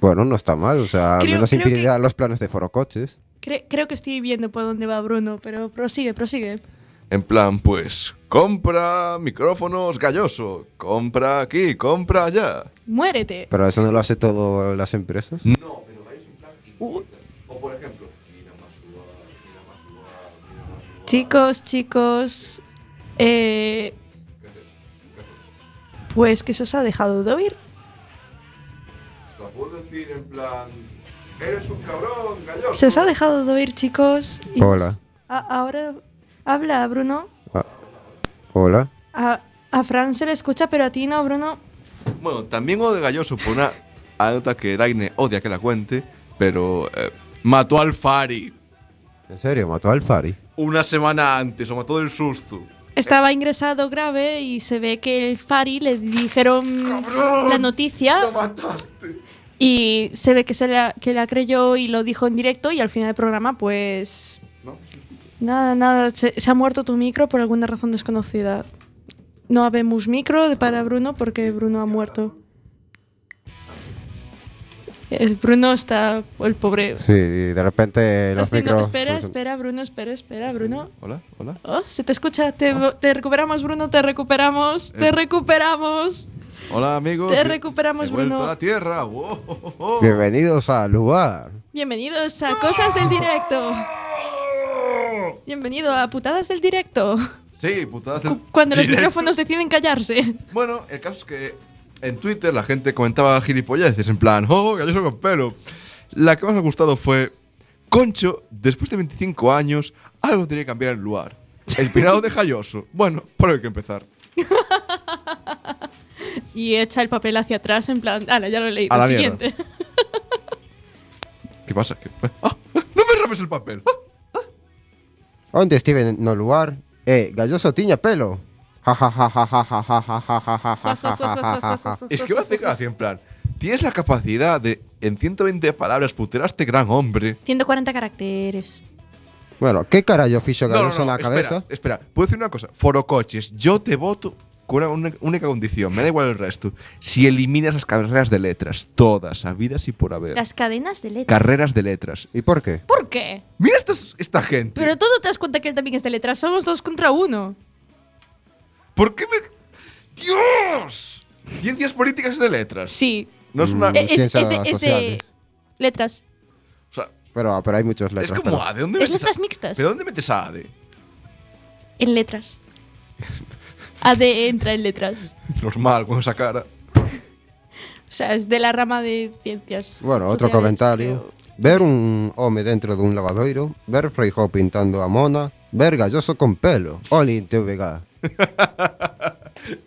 Bueno, no está mal, o sea, al
Creo-
menos
creo que-
impedirá los planes de forocoches.
Cre- creo que estoy viendo por dónde va Bruno, pero prosigue, prosigue.
en plan, pues, compra micrófonos Galloso. Compra aquí, compra allá.
Muérete.
Pero eso no lo hace todo las empresas.
No, pero Galloso en plan... O por ejemplo...
Chicos, chicos. Eh, pues que se os ha dejado de oír.
Lo puedo decir en plan... Eres un cabrón, Galloso.
Se os ha dejado de oír, chicos. Y-
Hola.
A- ahora habla, Bruno.
Ah. Hola.
A, a Fran se le escucha, pero a ti no, Bruno.
Bueno, también odio a Galloso por una anécdota que Dagne odia que la cuente, pero eh, mató al Fari
¿En serio? ¿Mató al Fari?
una semana antes, o mató del susto.
Estaba ingresado grave y se ve que el Fari le dijeron
¡Cabrón!
la noticia
Ah. ¡Lo mataste!
y se ve que, se la, que la creyó y lo dijo en directo y al final del programa pues... Nada, nada, se, se ha muerto tu micro por alguna razón desconocida. No habemos micro de- para Bruno porque Bruno ha muerto. Eh, Bruno está, el pobre...
Sí, y de repente los
Haciendo-
micros.
espera, espera, Bruno, espera, espera, Bruno.
Hola, hola.
Oh, se te escucha, te, te recuperamos, Bruno, te recuperamos, te recuperamos.
Hola amigos.
Te
Bi-
recuperamos,
he vuelto
Bruno.
a la tierra. Wow, oh, oh.
Bienvenidos al lugar.
Bienvenidos a Cosas del Directo. Bienvenido a Putadas del Directo.
Sí, putadas. del-
Cu- Cuando los
Directo.
micrófonos deciden callarse.
Bueno, el caso es que en Twitter la gente comentaba gilipolleces en plan, oh, galloso con pelo. La que más me ha gustado fue, Concho, después de 25 años, algo tiene que cambiar el lugar. El pirado de Galloso. Bueno, por ahí hay que empezar.
Y echa el papel hacia atrás en plan, ala, ya lo he leído.
A la mierda.
Siguiente.
¿Qué pasa? ¿Qué- ¡Ah! ¡No me robes el papel! ¡Ah!
Onde Steven no lugar? Eh, galloso tiña pelo. Ja, ja, ja, ja, ja, ja, ja, ja, ja, ja, ja, ja,
Guas, guas, guas,
ja,
guas,
ja,
guas,
ja,
guas,
ja.
guas,
Es que me
guas,
hace
guas, guas.
gracia, en plan, tienes la capacidad de, en 120 palabras, putear a este gran hombre.
140 caracteres.
Bueno, ¿qué carajo ficho galloso en la
espera,
cabeza?
Espera, puedo decir una cosa. Forocoches, yo te voto con una uni- única condición, me da igual el resto. Si eliminas las carreras de letras, todas, habidas y por haber.
Las cadenas de letras.
Carreras de letras.
¿Y por qué?
¿Por qué?
Mira estas- esta, gente.
Pero tú no te das cuenta que él también es de letras. Somos dos contra uno.
¿Por qué me. ¡Dios! Ciencias políticas de letras.
Sí.
No es una.
Mm.
Eh, Es, es
Ciencias
de, es de
sociales.
letras.
o sea,
Pero, pero hay muchas letras.
es como
pero-
ADE. ¿Dónde
Es
metes
letras
a-
mixtas.
¿Pero dónde metes a ADE?
En letras. AD entra en letras.
Normal, con esa cara.
O sea, es de la rama de ciencias.
Bueno, otro
sociales,
comentario.
creo.
Ver un home dentro de un lavadoiro, ver Freijo pintando a Mona, ver galloso con pelo. Oli, TVG.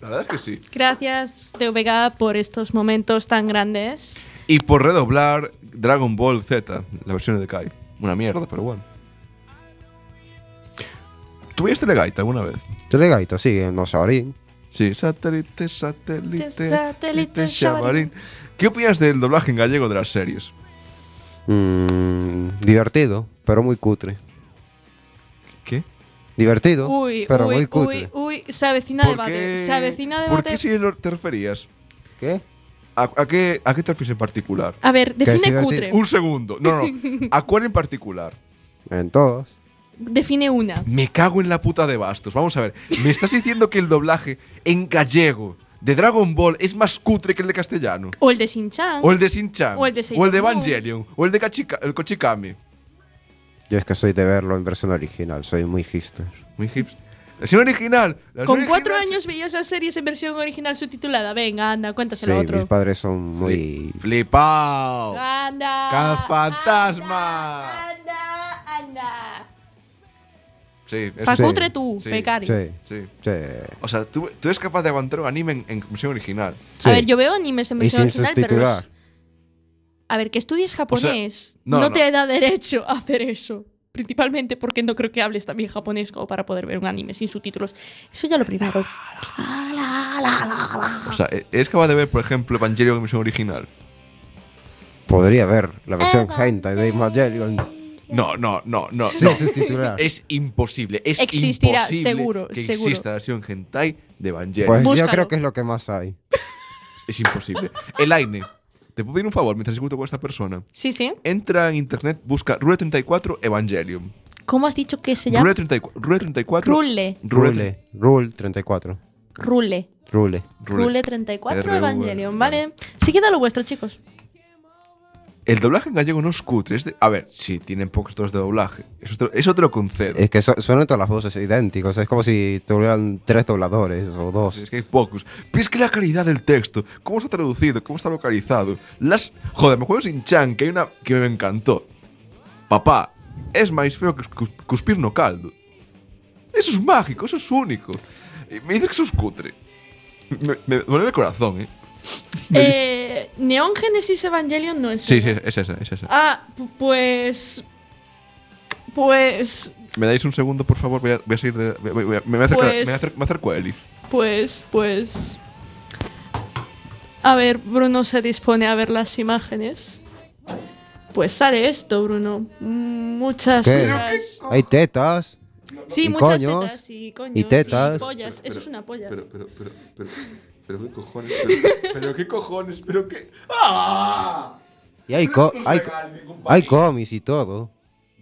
La verdad es que sí.
Gracias, TVG, por estos momentos tan grandes.
Y por redoblar Dragon Ball Z, la versión de Kai. Una mierda, pero bueno. ¿Tuviste Legaita alguna vez?
Telegaito, sí, no sabría.
Sí, satélite, satélite,
Satélite,
satélite,
Xabarín.
chavarín. ¿Qué opinas del doblaje en gallego de las series?
Mm, divertido, pero muy cutre.
¿Qué?
Divertido,
Uy,
pero muy
uy,
cutre.
uy, uy, se avecina
¿Por
debate.
qué-
Se avecina
¿Por
debate.
qué si lo- te referías?
¿Qué?
¿A, a qué, ¿A qué te refieres en particular?
A ver,
es
define
divertido.
cutre.
Un segundo. No, no. ¿A cuál en particular?
En todos.
Define una.
Me cago en la puta de bastos. Vamos a ver. ¿Me estás diciendo que el doblaje en gallego de Dragon Ball es más cutre que el de castellano?
O el de Shin-Chan.
O el de Shin-Chan.
O el de Sailor Moon.
Evangelion. O el de Kachika- el Kochikami.
Yo es que soy de verlo en versión original, soy muy hipster.
Muy hips. La versión original. la versión
Con cuatro
original
años veías las series en versión original subtitulada. Venga, anda,
Sí,
cuéntaselo a
mis
otro.
padres son
se-
muy...
Flipao.
Anda.
¡Cazafantasma!
Anda, anda.
Sí, eso
Pa'
sí.
cutre tú,
Sí.
pecari.
Sí,
Sí.
sí.
O sea, tú, tú eres capaz de aguantar un anime en, en versión original.
Sí.
A ver, yo veo animes en
Y
versión
sin
original, pero. los-
sustitular.
A ver, que estudies japonés
no,
no,
no.
te da derecho a hacer eso. Principalmente porque no creo que hables también japonés como para poder ver un anime sin subtítulos. Eso ya lo primero.
O sea, e- eres capaz de ver, por ejemplo, Evangelion en versión original.
Podría ver la versión hentai de Evangelion
No, no, no, no.
sin
no.
sustitular.
Es imposible. Es
Existirá,
imposible
seguro,
que
seguro.
exista la versión hentai de Evangelion.
Pues yo
Búscalo.
creo que es lo que más hay.
Es imposible. Elaine, ¿te puedo pedir un favor mientras discuto con esta persona?
Sí, sí.
Entra en internet, busca Rule 34 Evangelion.
¿Cómo has dicho que se llama?
Rule 34. Rule 34.
Rule.
Rule. Rule 34.
Rule.
Rule.
Rule.
Rule 34
RV.
Evangelion, ¿vale? Seguid a lo vuestro, chicos.
El doblaje en gallego no es cutre. Es de- a ver, sí, tienen pocos tonos de doblaje. Eso te, lo- eso te lo concedo.
Es que su- suenan todas las voces idénticas. Es como si tuvieran tres dobladores o dos.
Pues Es que hay pocos. Pero es que la calidad del texto, cómo está traducido, cómo está localizado. Las. Joder, me acuerdo sin Chan, que hay una que me encantó. Papá, es más feo que cus- cuspir no caldo. Eso es mágico, eso es único. Y me dices que eso es cutre. Me, me duele el corazón, ¿eh?
Eh, Neon Genesis Evangelion no es.
Sí, sí,
una.
es esa, es esa.
Ah, pu- pues. Pues.
¿Me dais un segundo, por favor? Voy a, voy a seguir de. voy- voy- me, voy a acercar-
Pues-
me voy a acer- me acerco a Elis.
Pues, pues. A ver, Bruno se dispone a ver las imágenes. Pues sale esto, Bruno. Mm, Muchas
¿Qué?
tetas.
Hay tetas.
Sí,
Y
muchas
coños,
tetas y coños.
y tetas.
pollas. Eso es una polla.
pero, pero, pero, pero, qué cojones, pero, qué cojones, pero qué. ¡Ah!
Y hay, co- hay, hay cómics y todo.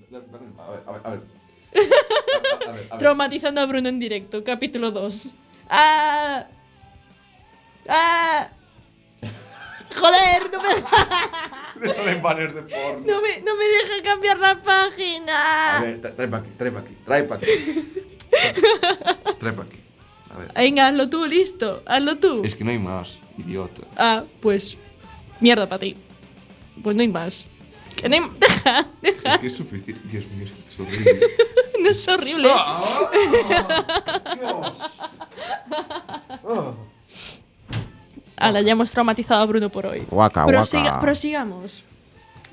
A ver, a ver, a ver. A ver, a ver.
Traumatizando a Bruno en directo, capítulo 2. Ah, Ah. Joder, no me,
Le salen banners de porno.
no me- no me deja cambiar la
A
página.
ver, tra- trae pa' aquí, trae pa' aquí, trae pa' aquí. Trae pa' aquí. A ver.
Venga, hazlo tú, listo. Hazlo tú.
Es que no hay más, idiota.
Ah, pues. Mierda para ti. Pues no hay más. Que no hay- Deja, deja.
Es que es suficiente. Dios mío, es que es horrible.
No es horrible.
Ah,
Ahora ya hemos traumatizado a Bruno por hoy.
Guaca,
Prosiga-
guaca.
Prosigamos.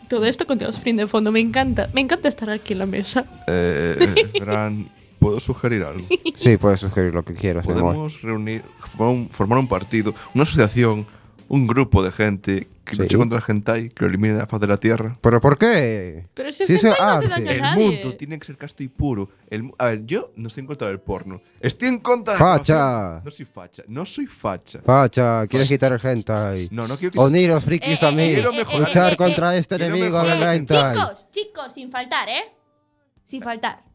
Todo esto con Teos Frin de fondo. Me encanta. Me encanta estar aquí en la mesa.
Eh, Fran, ¿puedo sugerir algo?
Sí, puedes sugerir lo que quieras, mi amor.
Podemos reunir, formar un, formar un partido, una asociación, un grupo de gente que
Sí.
luche contra el hentai, que lo elimine de la faz de la tierra.
¿Pero por qué?
Pero si,
Sí,
es que
eso
no hace
arte.
daño a
El
El
nadie.
mundo tiene que ser casto y puro. El mu- a ver, yo no estoy en contra del porno. Estoy en contra de la
Facha.
pornografía. No soy facha. No soy facha.
Pacha, ¿quieres quitar el hentai?
No, no quiero que-
Uniros frikis
Eh, eh,
a mí.
eh,
Eh, Quiero mejorar.
Luchar
eh,
contra este
quiero
enemigo
mejorar.
del
Eh,
hentai.
Chicos, chicos, sin faltar, ¿eh? Sin faltar.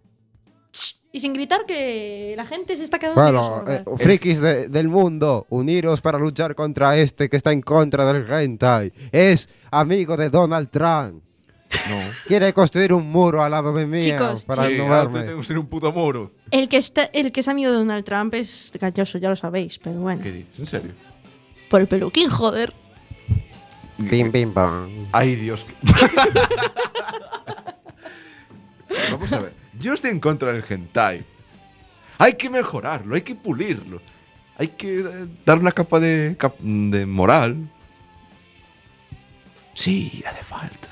Y sin gritar que la gente se está quedando
Bueno,
sorda.
eh, frikis de- del mundo, uniros para luchar contra este que está en contra del hentai. Es amigo de Donald Trump.
No.
Quiere construir un muro al lado de mí eh,
Chicos,
para
Sí,
no
ahora te
verme.
tengo que ser un puto moro.
El que, está, el que es amigo de Donald Trump es galloso, ya lo sabéis, pero bueno.
¿Qué dices? ¿En serio?
Por el peluquín, joder.
Bim, bim, bam.
Ay, Dios. que- Vamos a ver. Yo estoy en contra del hentai. Hay que mejorarlo, hay que pulirlo. Hay que eh, dar una capa de, cap- de moral. Sí, hace falta.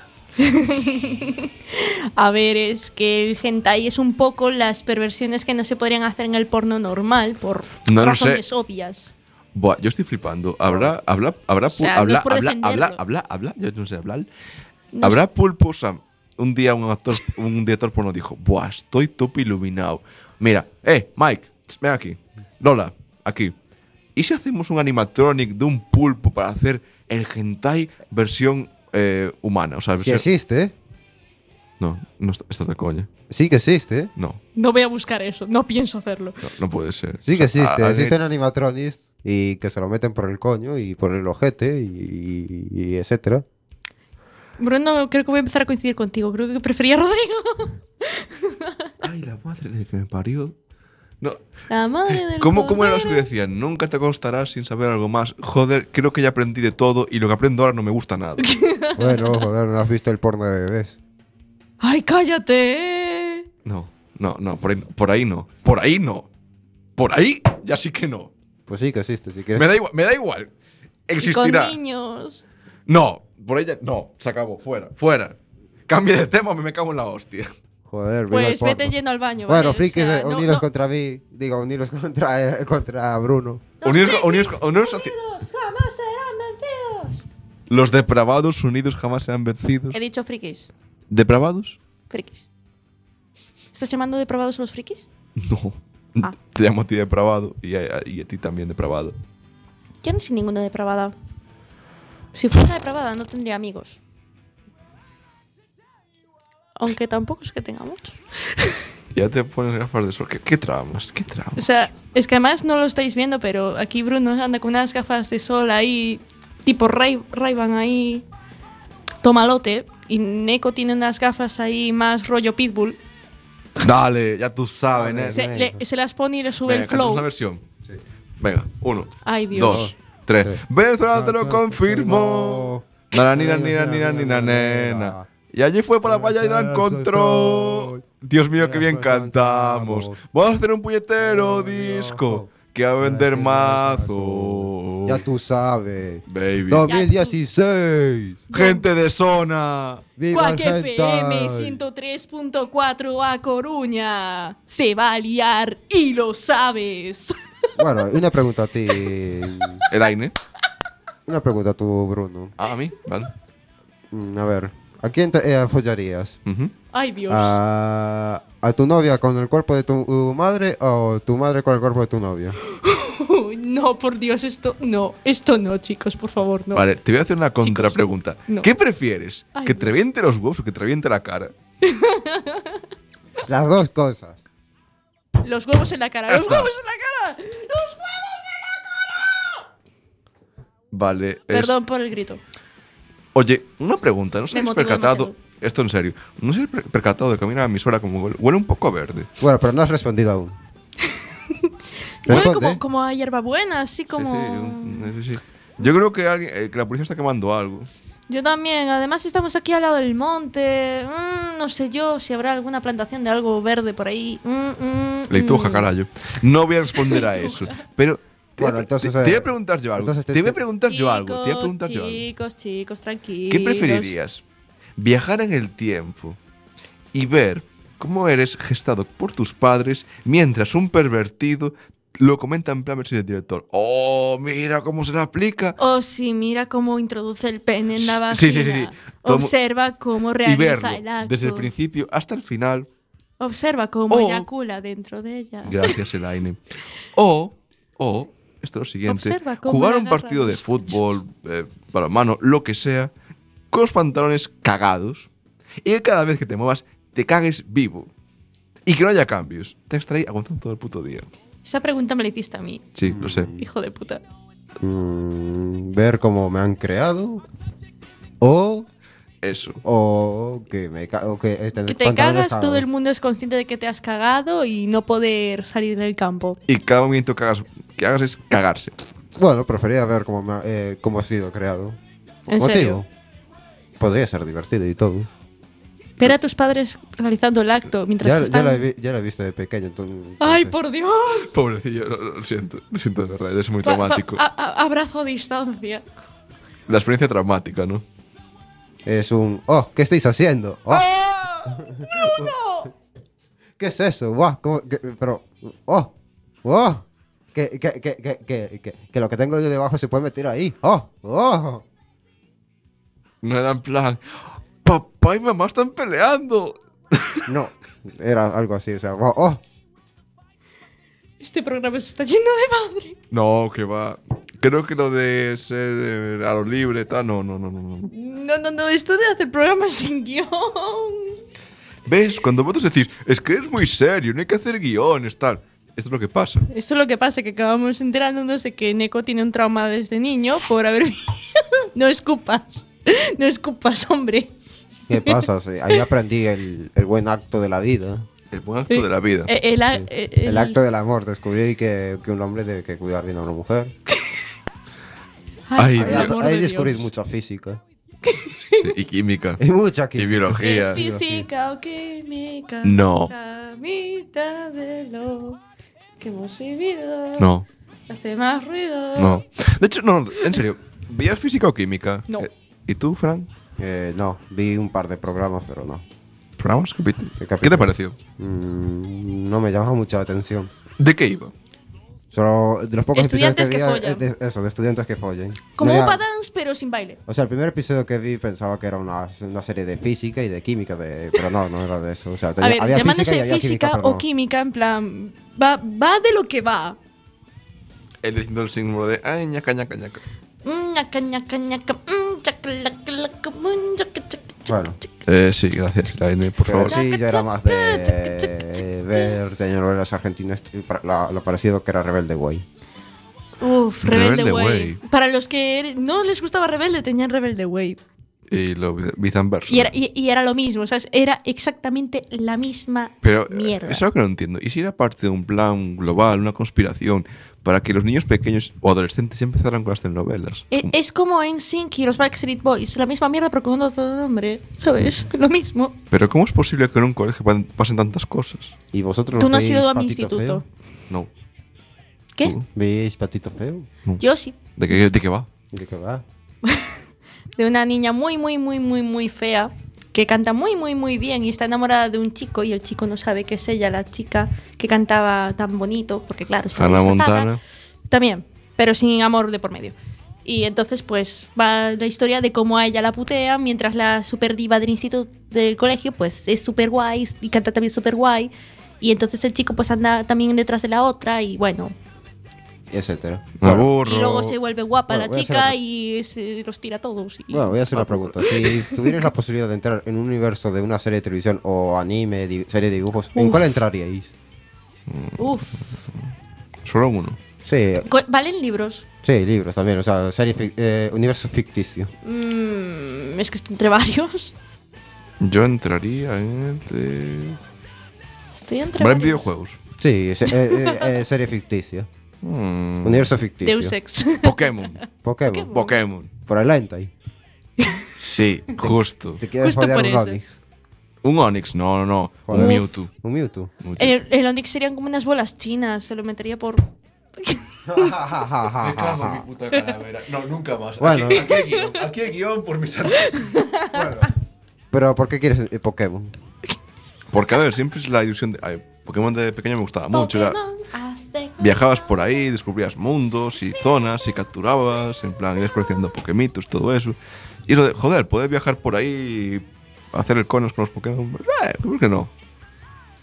A ver, es que el hentai es un poco las perversiones que no se podrían hacer en el porno normal por
No lo
razones
sé.
obvias.
Buah, yo estoy flipando. Habrá, habrá, habrá, pul-
sea, no
habla,
es por
habla,
defenderlo.
habla, habla, habla, yo no sé hablar.
No
habrá
sé.
pulpos. a- Un día un actor, un director porno dijo, buah, estoy top iluminado. Mira, eh, Mike, tss, ven aquí. Lola, aquí. ¿Y si hacemos un animatronic de un pulpo para hacer el hentai versión eh, humana? O sea,
Si
versión...
existe, ¿eh?
No, no está, está de coña.
sí que existe. ¿eh?
No,
No voy a buscar eso, no pienso hacerlo.
no, no puede ser.
Sí que
O sea,
existe.
a- a ver,
Existen animatronics y que se lo meten por el coño y por el ojete y, y- y etcétera.
Bruno, creo que voy a empezar a coincidir contigo. Creo que prefería a Rodrigo.
Ay, la madre de que me parió. No,
La madre del
¿Cómo, ¿Cómo era
cordero.
eso que decían? Nunca te acostarás sin saber algo más. Joder, creo que ya aprendí de todo y lo que aprendo ahora no me gusta nada.
Bueno, joder, no has visto el porno de bebés.
¡Ay, cállate!
No, no, no, por ahí, no, por ahí no. Por ahí no. Por ahí ya sí que no.
Pues sí que existe, si
Me
quieres.
da igual, me da igual.
Y con
Existirá.
niños.
No, por ahí ya. No, se acabó. Fuera, fuera. Cambia de tema, me, me cago en la hostia.
Joder, viva el
Pues vete
porno.
lleno al baño.
Bueno,
¿vale? O
frikis,
sea,
eh,
no-
uniros
no-
contra mí. Digo, uniros contra, eh, contra Bruno.
Unidos, unidos, unidos hacia-
Unidos jamás serán vencidos.
los depravados unidos jamás serán vencidos.
He dicho frikis.
¿Depravados?
Frikis. ¿Estás llamando depravados a los frikis?
No.
Ah.
Te llamo a ti depravado y a- y a ti también depravado.
Yo no soy ninguna depravada. Si fuera depravada no tendría amigos. Aunque tampoco es que tenga muchos.
Ya te pones gafas de sol. ¿Qué, qué tramas? ¿Qué
O
tramas?
sea, es que además no lo estáis viendo, pero aquí Bruno anda con unas gafas de sol ahí, tipo Ray- Ray-Ban ahí, tomalote. Y Neko tiene unas gafas ahí más rollo pitbull.
Dale, ya tú sabes,
Dale,
¿eh?
Se, le- se las pone y le sube
Venga,
el
cantamos
flow.
una versión. Venga, uno,
Ay, Dios.
dos, tres. Venezuela te lo confirmó. Nana, nina, nina, nina, nina, nena. Y allí fue para la valla y la encontró. Dios mío, qué bien cantamos. Vamos a hacer un puñetero disco que va a vender oh. mazo.
Ya tú sabes.
Baby.
2016.
Gente de zona.
Viva
Quack
el
FM
hentai.
103.4 a Coruña. Se va a liar y lo sabes.
Bueno, una pregunta a ti.
El Aine.
Una pregunta a tu Bruno.
Ah, a mí, vale.
Mm, A ver, ¿a quién te eh, follarías?
Ujú.
Ay, Dios.
Ah.
¿A, a tu novia con el cuerpo de tu uh, madre o tu madre con el cuerpo de tu novia?
Uy, no, por Dios, esto no. Esto no, chicos, por favor, no.
Vale, te voy a hacer una contrapregunta.
no.
¿Qué prefieres?
Ay,
¿Que te
Dios.
reviente los huevos o que te reviente la cara?
Las dos cosas.
Los huevos en la cara.
Ya
¡Los
está.
huevos en la cara! ¡Los huevos!
Vale. es-
Perdón por el grito.
Oye, una pregunta. ¿No se
Me
habéis
motivó
percatado?
demasiado.
Esto en serio. ¿No se habéis per- percatado de que a mí la emisora como huele, huele un poco a verde?
Bueno, pero no has respondido aún.
Huele
Responde.
como, como a hierbabuena, así
pues Sí,
como.
sí, un- sí, sí. Yo creo que, alguien, eh, que la policía está quemando algo.
Yo también, además estamos aquí al lado del monte. Mm, no sé yo si habrá alguna plantación de algo verde por ahí. Mm, mm,
Leituja,
mm.
carajo. No voy a responder a eso. Pero te,
Bueno,
voy a-
entonces,
te- te voy
eh,
a preguntar yo algo.
entonces este
te,
te-
voy a
te-
preguntar yo algo. Te voy a preguntar yo
chicos,
algo.
Chicos, chicos, tranquilos.
¿Qué preferirías? ¿Viajar en el tiempo y ver cómo eres gestado por tus padres mientras un pervertido lo comenta en plan versión del director? ¡Oh, mira cómo se le aplica!
Oh, sí, mira cómo introduce el pene en la vagina.
Sí, sí, sí, sí. Todo mu-
Observa cómo
Y
realiza
verlo
el acto.
desde el principio hasta el final.
Observa cómo
Oh.
eyacula dentro de ella.
Gracias, Elaine. O, o, esto es lo siguiente:
Observa cómo
jugar
le
un
agarra
partido de
los
fútbol, eh, para mano, lo que sea, con los pantalones cagados y que cada vez que te muevas te cagues vivo y que no haya cambios. Te extraí aguantando todo el puto día.
Esa pregunta me la hiciste a mí,
Sí, lo sé.
hijo de puta.
Mm, ver cómo me han creado. O,
Eso.
o que me ca- o que este,
Que te
pantalones
cagas,
cagados.
todo el mundo es consciente de que te has cagado y no poder salir del campo.
Y cada movimiento que hagas, que hagas es cagarse.
Bueno, prefería ver cómo, me ha, eh, cómo ha sido creado.
¿En serio?
Podría ser divertido y todo.
Ver a tus padres realizando el acto mientras
Ya, ya
están...
la, vi- ya la he visto de pequeño. Entonces,
¡Ay,
no sé.
por Dios!
Pobrecillo, lo, lo siento. Lo siento de verdad, eres muy
Pa- pa-
traumático.
a- a- abrazo a distancia.
La experiencia traumática, ¿no?
Es un. ¡Oh! ¿Qué estáis haciendo? ¡Oh!
¡Ah!
¿Qué es eso? ¡Wow! ¿Cómo? qué- Pero. ¡Oh! ¡Oh! Que, que, que, que, que, que, que lo que tengo yo debajo se puede meter ahí. ¡Oh! ¡Oh!
No era en plan, papá y mamá están peleando.
No. Era algo así, o sea, ¡oh! ¡Oh!
Este programa se está lleno de madre.
No, que va. Creo que lo de ser eh, a lo libre, tal, no, no, no, no. no.
No, no, no, esto de hacer programas sin guión.
¿Ves? Cuando vosotros decís, es que es muy serio, no hay que hacer guiones, tal. Esto es lo que pasa.
Esto es lo que pasa, que acabamos enterándonos de que Neko tiene un trauma desde niño por haber... no escupas, no escupas, hombre.
¿Qué pasa? Sí, ahí aprendí el, el buen acto de la vida.
El buen acto de la vida.
Eh, El, a- eh, el-
El acto del amor. Descubrí que, que un hombre debe que cuidar bien a una mujer.
Ay,
Ahí,
Dios.
por amor
ahí
de
descubrí
Dios.
mucha física.
Sí, y química.
Y mucha
y
química.
biología.
¿Es física o química?
No.
La mitad de lo que hemos vivido.
No,
Hace más ruido.
no. De hecho, no, en serio. ¿Veías física o química?
No.
Eh, ¿Y tú, Fran?
Eh, no, vi un par de programas, pero no.
¿Programas? Capit-
¿Qué
¿Qué te
capítulo?
pareció?
Mm, no me llamaba mucho la atención.
¿De qué iba?
Solo de los pocos
Estudiantes
episodios que,
que
vi,
follan.
eh, de- eso, de estudiantes que follen.
Como
No
un
era-
padance, pero sin baile.
O sea, el primer episodio que vi pensaba que era una, una serie de física y de química, de- pero no, no era de eso. O sea, tenía-
A ver,
había
llamándose
física
física,
y había química, pero
o
no.
química, en plan. Va, va de lo que va.
El diciendo el símbolo de, ay, ñaca, ñaca, ñaca.
Mm, ñaca, ñaca, ñaca, mm, chacalacalaca, mm, chaca, chaca, chaca,
Bueno,
chaca.
Eh, sí, gracias, Irene, por
Pero
favor.
sí, yo era más de ver telenovelas argentinas, y pra- la- lo parecido que era Rebelde Way.
Uf,
Rebelde
Rebelde Way.
Way.
Para los que er, no les gustaba Rebelde, tenían Rebelde Way.
Y lo viceversa.
Y era, y, y era lo mismo, ¿sabes? Era exactamente la misma
Pero eh,
mierda.
es algo que no entiendo. ¿Y si era parte de un plan global, una conspiración, para que los niños pequeños o adolescentes empezaran con las telenovelas?
E- Es como en Sync y los Backstreet Boys, la misma mierda pero con otro nombre, ¿sabes? Lo mismo.
Pero ¿cómo es posible que en un colegio pa- pasen tantas cosas?
¿Y vosotros
Tú no has
veis
ido a mi
Patito
instituto.
Feo?
No.
¿Qué?
¿Tú?
¿Veis Patito Feo?
Yo sí.
¿De qué, de qué va?
¿De qué va?
De una niña muy, muy, muy, muy, muy fea, que canta muy, muy, muy bien y está enamorada de un chico y el chico no sabe que es ella, la chica que cantaba tan bonito, porque claro, está
Hannah
disfrazada.
Montana.
También, pero sin amor de por medio. Y entonces, pues, va la historia de cómo a ella la putea, mientras la super diva del instituto del colegio, pues, es súper guay y canta también súper guay. Y entonces el chico, pues, anda también detrás de la otra y bueno.
Y Etcétera.
Me
Bueno,
aburro.
Y luego se vuelve guapa
Bueno,
la
voy a hacer
chica
otra-
y se los tira a todos. y-
Bueno, voy a hacer
Ah.
una pregunta. Si tuvierais la posibilidad de entrar en un universo de una serie de televisión o anime, di- serie de dibujos, ¿en
Uf.
cuál entraríais?
Uf.
Solo uno.
Sí,
Co- ¿Valen libros?
Sí, libros también, o sea, serie fic- eh, universo ficticio.
Mm, es que entre varios.
Yo entraría en. el de-
Estoy entre
Vale, en
varios.
videojuegos.
Sí, se- eh, eh, eh, serie ficticia.
Mm.
Universo ficticio.
Deus Ex.
Pokémon.
Pokémon.
Pokémon.
Por el hentai.
Sí, justo.
Te quieres
Justo
follar
por
un
eso.
Onix.
Un Onix, no, no, no. Un
Joder.
Mewtwo.
Un Mewtwo.
Mewtwo.
el, el Onix serían como unas bolas chinas. Se lo metería por.
Me
cago en mi puta calavera. No, nunca más.
Ah, Bueno.
Aquí, aquí hay guión, aquí hay guión por mis armas.
Pero ¿por qué quieres eh, Pokémon?
Porque, a ver, siempre es la ilusión de. a ver, Pokémon de pequeño me gustaba mucho. era-
Pokémon, hazte con-
viajabas por ahí, descubrías mundos y zonas y capturabas, en plan, ibas coleccionando Pokémitos, todo eso. Y eso de, joder, poder viajar por ahí y hacer el conos con los Pokémon. pues, eh, ¿Por qué no?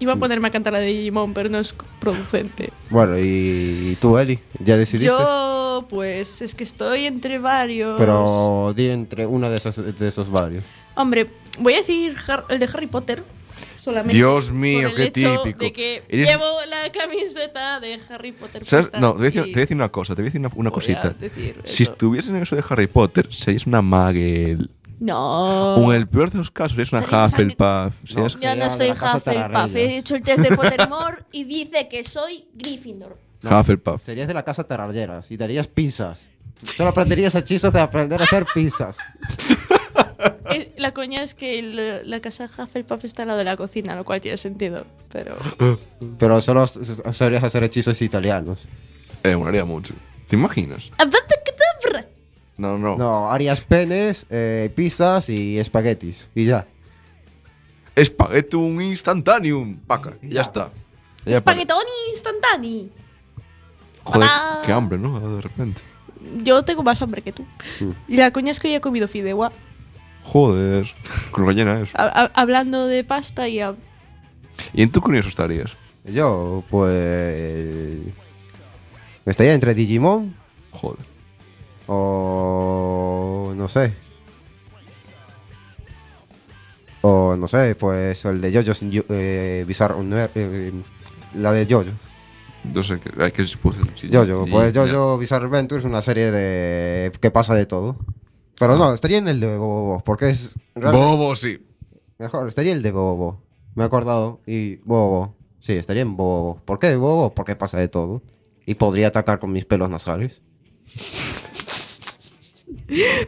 Iba a ponerme a cantar la de Digimon, pero no es producente.
Bueno, y tú, Eli, ya decidiste.
Yo, pues, es que estoy entre varios.
Pero di entre uno de esos, de esos varios.
Hombre, voy a decir Har- el de Harry Potter. Solamente
Dios
por
mío,
el
qué
hecho
típico.
De que
Eres-
Llevo la camiseta de Harry Potter.
¿Sabes?
puesta
No, te voy, a decir,
y
te voy a decir una cosa, te voy a decir una,
voy
una
a
cosita.
decir
Si
eso.
estuvieras en eso de Harry Potter, serías una Muggle.
No.
O en el peor de los casos, serías una
Sería
Hufflepuff. serías-
Yo no
Sería
soy
la casa de las
Hufflepuff.
reyes.
He hecho el test de Pottermore y dice que soy Gryffindor.
Hufflepuff.
Serías de la casa tarallera y darías pizzas. Solo aprenderías hechizos de aprender a hacer pizzas.
Eh, La coña es que el- la casa de Hufflepuff está al lado de la cocina, lo cual tiene sentido. Pero
Pero solo s- s- sabrías hacer hechizos italianos.
Eh, molaría mucho. ¿Te imaginas?
¡Abracadabra!
No, no.
No, harías penes, eh, pizzas y espaguetis. Y ya.
Espaguetum instantaneum. Paca, y ya está. Ya para-
Spaghettoni instantáneo.
Joder,
¡Tadá!
qué hambre, ¿no? De repente.
Yo tengo más hambre que tú.
Mm.
Y la coña es que hoy he comido fideuá.
Joder, con lo llena eso.
Ha- ha- hablando de pasta y a-
¿Y en tu curioso estarías?
Yo, pues. Me estaría entre Digimon
Joder.
o. No sé. O no sé, pues el de JoJo's Yo- eh, Bizarre Univers- eh, la de JoJo.
No sé qué. Hay que supuse.
JoJo, pues JoJo Bizarre Adventure es una serie de. que pasa de todo. Pero no, estaría en el de Bobo, porque es. realmente
Bobo, sí.
Mejor, estaría el de Bobo. Me he acordado. Y Bobo. Sí, estaría en Bobo. ¿Por qué Bobo? Porque pasa de todo. Y podría atacar con mis pelos nasales.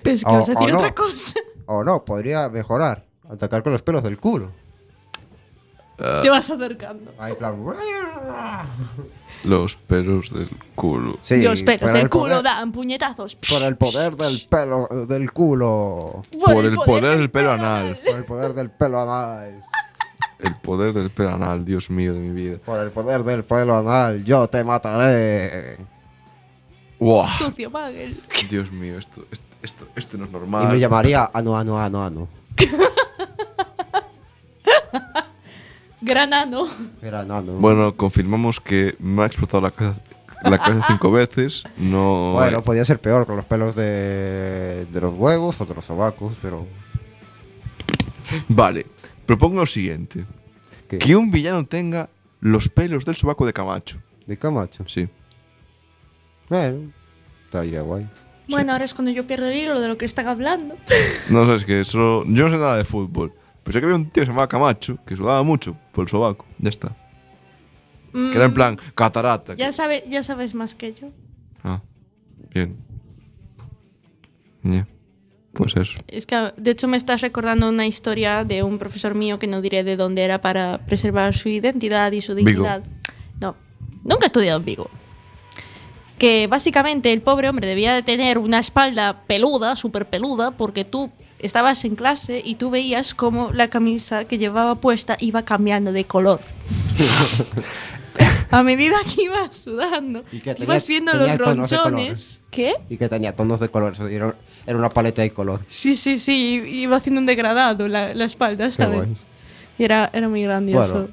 Pensé que
O-
ibas a decir
o Ah, no.
otra cosa.
O no, podría mejorar. Atacar con los pelos del culo.
Te vas acercando.
Ahí, en plan.
Los pelos del culo.
Sí,
Los pelos
por
del
el
culo
poder-
dan puñetazos.
Por el poder del pelo del culo.
Por el poder del pelo anal.
Por el poder del pelo anal.
El poder del pelo anal, Dios mío de mi vida.
Por el poder del pelo anal. Yo te mataré.
¡Wow!
Sucio, Magel.
Dios mío, esto, esto, esto, esto no es
Y
normal.
me llamaría Ano, Ano, Ano, Ano.
Granano.
Era Ano.
Bueno, confirmamos que me ha explotado la cabeza, la cabeza cinco veces. No.
Bueno, podía ser peor con los pelos de, de los huevos o de los sobacos, pero.
Vale, propongo lo siguiente:
¿Qué?
que un villano tenga los pelos del sobaco de Camacho.
De Camacho.
Sí.
Bueno, estaría guay.
Bueno, ahora es cuando yo pierdo el hilo de lo que están hablando.
No sé, es que eso. Yo no sé nada de fútbol. Pero sé que había un tío que se llamaba Camacho que sudaba mucho por el sobaco. Ya está. Que era en plan catarata.
Ya,
que-
sabe, ya sabes más que yo.
Ah, bien. Ya. Pues eso.
Es que, de hecho, me estás recordando una historia de un profesor mío que no diré de dónde era para preservar su identidad y su
Vigo.
dignidad. No, nunca he estudiado en Vigo. Que básicamente el pobre hombre debía de tener una espalda peluda, súper peluda, porque tú estabas en clase y tú veías cómo la camisa que llevaba puesta iba cambiando de color. A medida que ibas sudando,
Y que
ibas
tenías-
viendo los
tenías tonos de
ronchones. ¿Qué?
Y que tenía tonos de color, eso era, era una paleta de color.
Sí, sí, sí, iba haciendo un degradado la, la espalda, ¿sabes? Y era, era muy grandioso.
Bueno.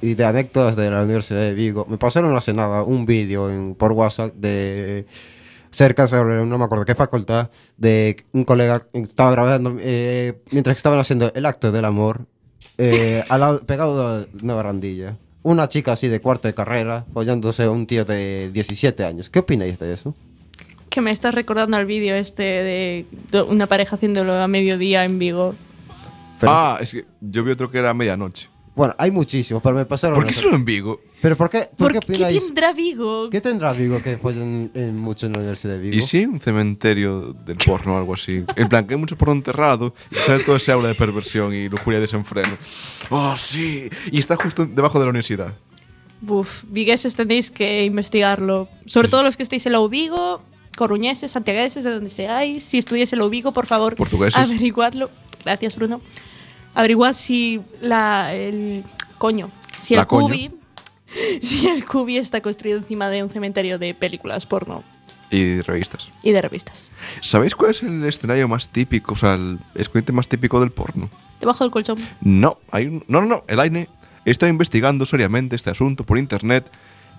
Y de anécdotas de la Universidad de Vigo. Me pasaron hace nada un vídeo en- por WhatsApp de cerca sobre no me acuerdo qué facultad de un colega que estaba grabando eh, mientras que estaban haciendo el acto del amor eh, al lado- pegado a una barandilla una chica así de cuarto de carrera follándose a un tío de 17 años ¿qué opináis de eso?
que me estás recordando al vídeo este de do- una pareja haciéndolo a mediodía en Vigo.
Pero-
ah, es que yo vi otro que era a medianoche.
Bueno, hay muchísimos, pero me pasaron.
¿Por qué
esos.
solo en Vigo?
¿Pero por qué,
¿Por
por qué
qué
opináis?
tendrá Vigo?
¿Qué tendrá Vigo que juegue en, en mucho en la Universidad de Vigo?
¿Y si un cementerio del porno o algo así? En plan, que hay mucho porno enterrado y sale todo ese aula de perversión y lujuria y desenfreno. ¡Oh, sí! Y está justo debajo de la universidad.
Buf, vigueses tenéis que investigarlo. Sobre todo los que estéis en la Vigo, coruñeses, santiagueses, de donde seáis. Si estudiáis en la Vigo, por favor,
Portugueses.
averiguadlo. Gracias, Bruno. Averiguad si la. El, coño. Si
La
el
coño.
cubi. Si el cubi está construido encima de un cementerio de películas porno
Y revistas.
y de revistas.
¿Sabéis cuál es el escenario más típico? O sea, el escondite más típico del porno.
Debajo del colchón.
No, hay un- no, no, no. El AINE está investigando seriamente este asunto por internet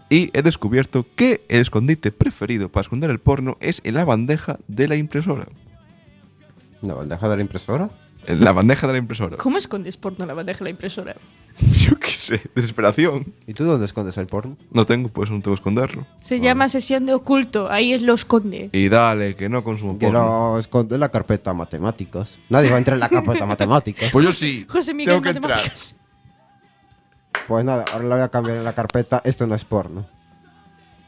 y he descubierto que el escondite preferido para esconder el porno es en la bandeja de la impresora.
¿La bandeja de la impresora?
En la bandeja de la impresora.
¿Cómo escondes porno en la bandeja de la impresora?
Yo qué sé, desesperación.
¿Y tú dónde escondes el porno?
No tengo, pues no tengo que esconderlo.
Se llama sesión de oculto. Ahí él lo esconde.
Y dale, que no consumo
Que
porno.
lo escondo en la carpeta matemáticas. Nadie va a entrar en la carpeta matemáticas.
Pues yo sí.
José Miguel,
tengo que entrar.
matemáticas.
Pues nada, ahora la voy a cambiar en la carpeta. Esto no es porno.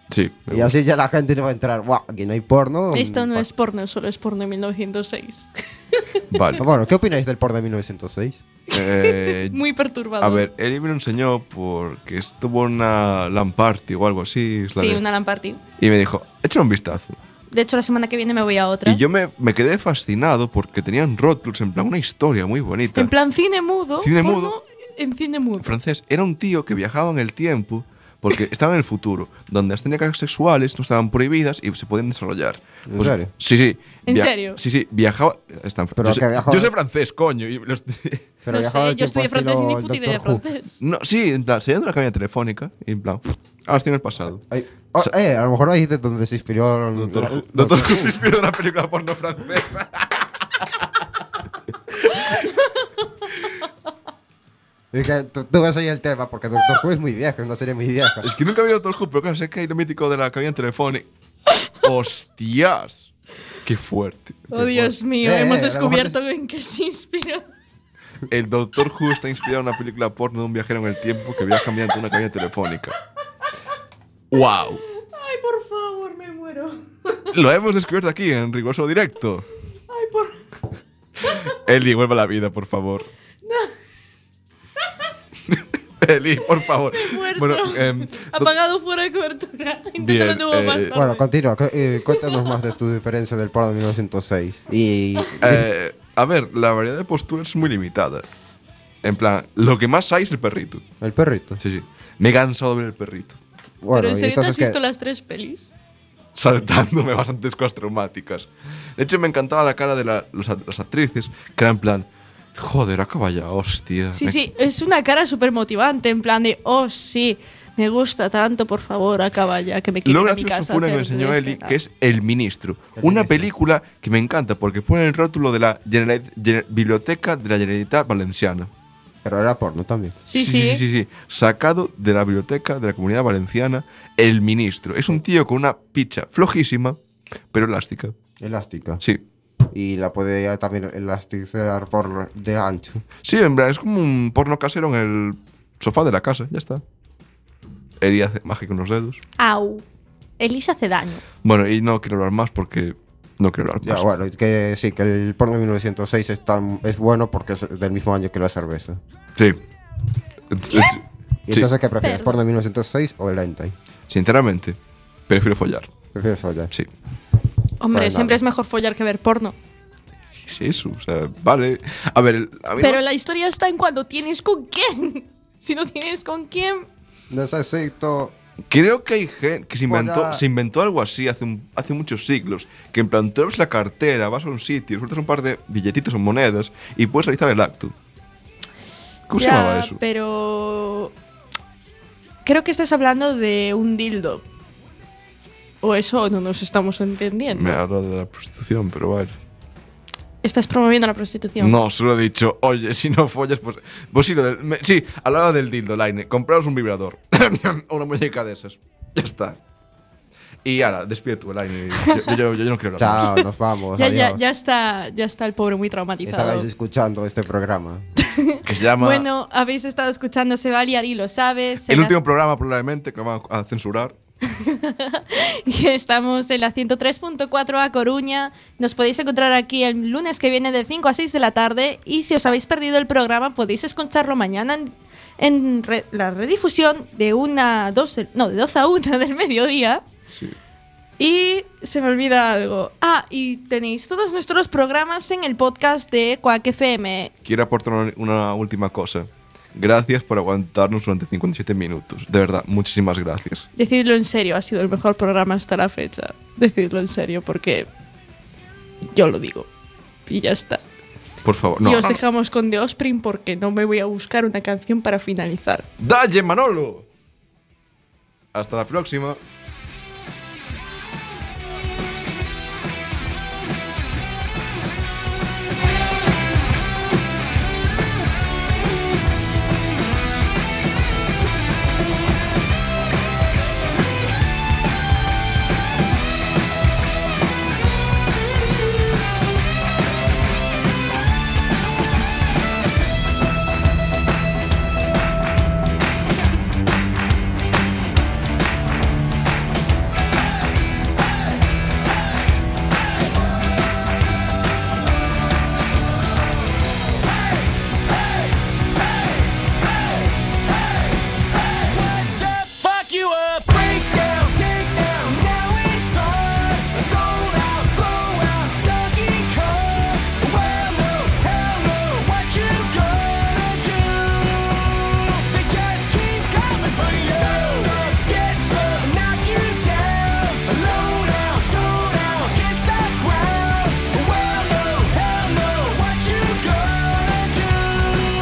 Sí.
Y así ya la gente no va a entrar. Buah, aquí no hay porno.
Esto no es porno, solo es porno de 1906.
Vale.
Ah, Bueno, ¿qué opináis del porno de 1906?
Eh,
Muy perturbador.
a ver, Eli me lo enseñó porque estuvo en una LAN party o algo así. es la
Sí,
de-
una LAN party.
Y me dijo, échale un vistazo.
De hecho, la semana que viene me voy a otra.
Y yo me, me quedé fascinado porque tenían rótulos, en plan, una historia muy bonita.
En plan cine mudo.
Cine
porno
mudo.
En cine
En
mudo.
francés, era un tío que viajaba en el tiempo porque estaba en el futuro, donde las técnicas sexuales no estaban prohibidas y se podían desarrollar. Pues,
¿En serio?
Sí, sí.
¿En serio?
Sí, sí, viajaba. está en fran-
Pero
yo,
que
sé,
viajaba-
yo sé francés, coño. y los-
Pero
no
viajaba
sé,
al
yo
tiempo
estudié francés y
estilo
ni puta idea de
Doctor Who.
francés.
no, sí, en plan, se iba de la cabina telefónica y en plan, ahora estoy en el pasado.
Ay, oh,
Sa-
eh, a lo mejor ahí es de donde se inspiró. el-
Doctor Who-
Doctor
Doctor Who se inspiró de una película porno francesa.
Es que tú, tú ves ahí el tema, porque Doctor Who es muy viejo, es una serie muy vieja.
Es que nunca había Doctor Who, pero claro, sé que hay lo mítico de la cabina telefónica. ¡Hostias! ¡Qué fuerte!
Oh, Dios mío,
Eh,
hemos
eh, a lo
descubierto en qué se inspira.
El Doctor Who está inspirado en una película porno de un viajero en el tiempo que viaja mediante una cabina telefónica. ¡Wow!
Ay, por favor, me muero.
Lo hemos descubierto aquí en riguroso directo.
Ay, por...
Eli, vuelve a la vida, por favor. Eli, por favor.
muerto.
em,
Apagado fuera de cobertura.
Bien,
Inténtalo de nuevo más
eh,
tarde.
Bueno, continúa, cu- eh, cuéntanos más de tu diferencia del porno de 1906. Y.
eh, a ver, la variedad de posturas es muy limitada. En plan, lo que más hay es el perrito.
El perrito.
Sí, sí. Me he cansado de ver el perrito.
Bueno,
Pero en
y
serio, ¿te has
entonces
visto
que.
las tres pelis?
saltándome bastantes cosas traumáticas. De hecho, me encantaba la cara de la- los a- las actrices, que eran en plan, joder, acaba ya, hostia.
Sí,
Me-
sí, es una cara súper motivante, en plan de, oh, sí, me gusta tanto, por favor, acaba ya, que me quiero
Lo
ir a mi
gracioso
casa.
fue una
a
que me
hacer
enseñó Eli,
cena".
que es El Ministro. una película que me encanta porque pone el rótulo de la Generali- Gener- Biblioteca de la Generalitat Valenciana.
Pero era porno también.
Sí,
sí,
sí.
sí, sí. Sacado de la Biblioteca de la Comunidad Valenciana, El Ministro. Es un tío con una picha flojísima, pero elástica.
Elástica.
Sí.
Y la podía también elastizar por de ancho.
Ah,
Sí, en verdad, es como un porno casero en el sofá de la casa, ya está. Eli hace magia con los dedos.
Au. Elisa hace daño.
Bueno, y no quiero hablar más porque no quiero hablar
Ya,
más.
bueno, y que sí, que el porno de 1906 es, tan- es bueno porque es del mismo año que la cerveza.
Sí. Ent- ent-
¿Y
Sí.
entonces qué prefieres,
Perdón.
porno de 1906 o el hentai?
Sinceramente, prefiero follar.
Prefiero follar.
Sí.
Hombre,
Pues nada.
siempre es mejor follar que ver porno.
¿Qué es eso? O sea, vale. A ver, el- a mí
Pero
no-
la historia está en cuando tienes con quién. si no tienes con quién,
Necesito.
creo que hay gente que se inventó,
Follar.
se inventó algo así hace, un- hace muchos siglos. Que en plan, tú abres la cartera, vas a un sitio, sueltas un par de billetitos o monedas y puedes realizar el acto. ¿Cómo se
Ya,
llamaba eso?
Pero. Creo que estás hablando de un dildo. O eso no nos estamos entendiendo.
Me habla de la prostitución, pero vale.
Estás promoviendo la prostitución.
No, solo he dicho, oye, si no follas, pues. Pues sí, lo del- me- sí hablaba del dildo, Line. Compraros un vibrador. o una muñeca de esas. Ya está. Y ahora, despide tú, Elaine. Yo, yo- yo- yo no quiero hablar más.
Chao, nos vamos.
Ya,
adiós.
ya, ya está, ya está el pobre muy traumatizado.
Estabais escuchando este programa.
Que se llama.
Bueno, habéis estado escuchando Se va a liar y lo sabes.
el
en la-
último programa, probablemente, que lo van a censurar.
y Estamos en la 103.4 a Coruña. Nos podéis encontrar aquí el lunes que viene de 5 a 6 de la tarde. Y si os habéis perdido el programa, podéis escucharlo mañana en, en re- la redifusión de una a 2 del- no, de 12 a 1 del mediodía. Y se me olvida algo. Ah, y tenéis todos nuestros programas en el podcast de Quack FM.
Quiero aportar una, una última cosa. Gracias por aguantarnos durante 57 minutos. De verdad, muchísimas gracias.
Decidlo en serio, ha sido el mejor programa hasta la fecha. Decidlo en serio porque yo lo digo. Y ya está.
Por favor. No.
y os dejamos con The Ospring porque no me voy a buscar una canción para finalizar.
¡Dalle, Manolo! Hasta la próxima.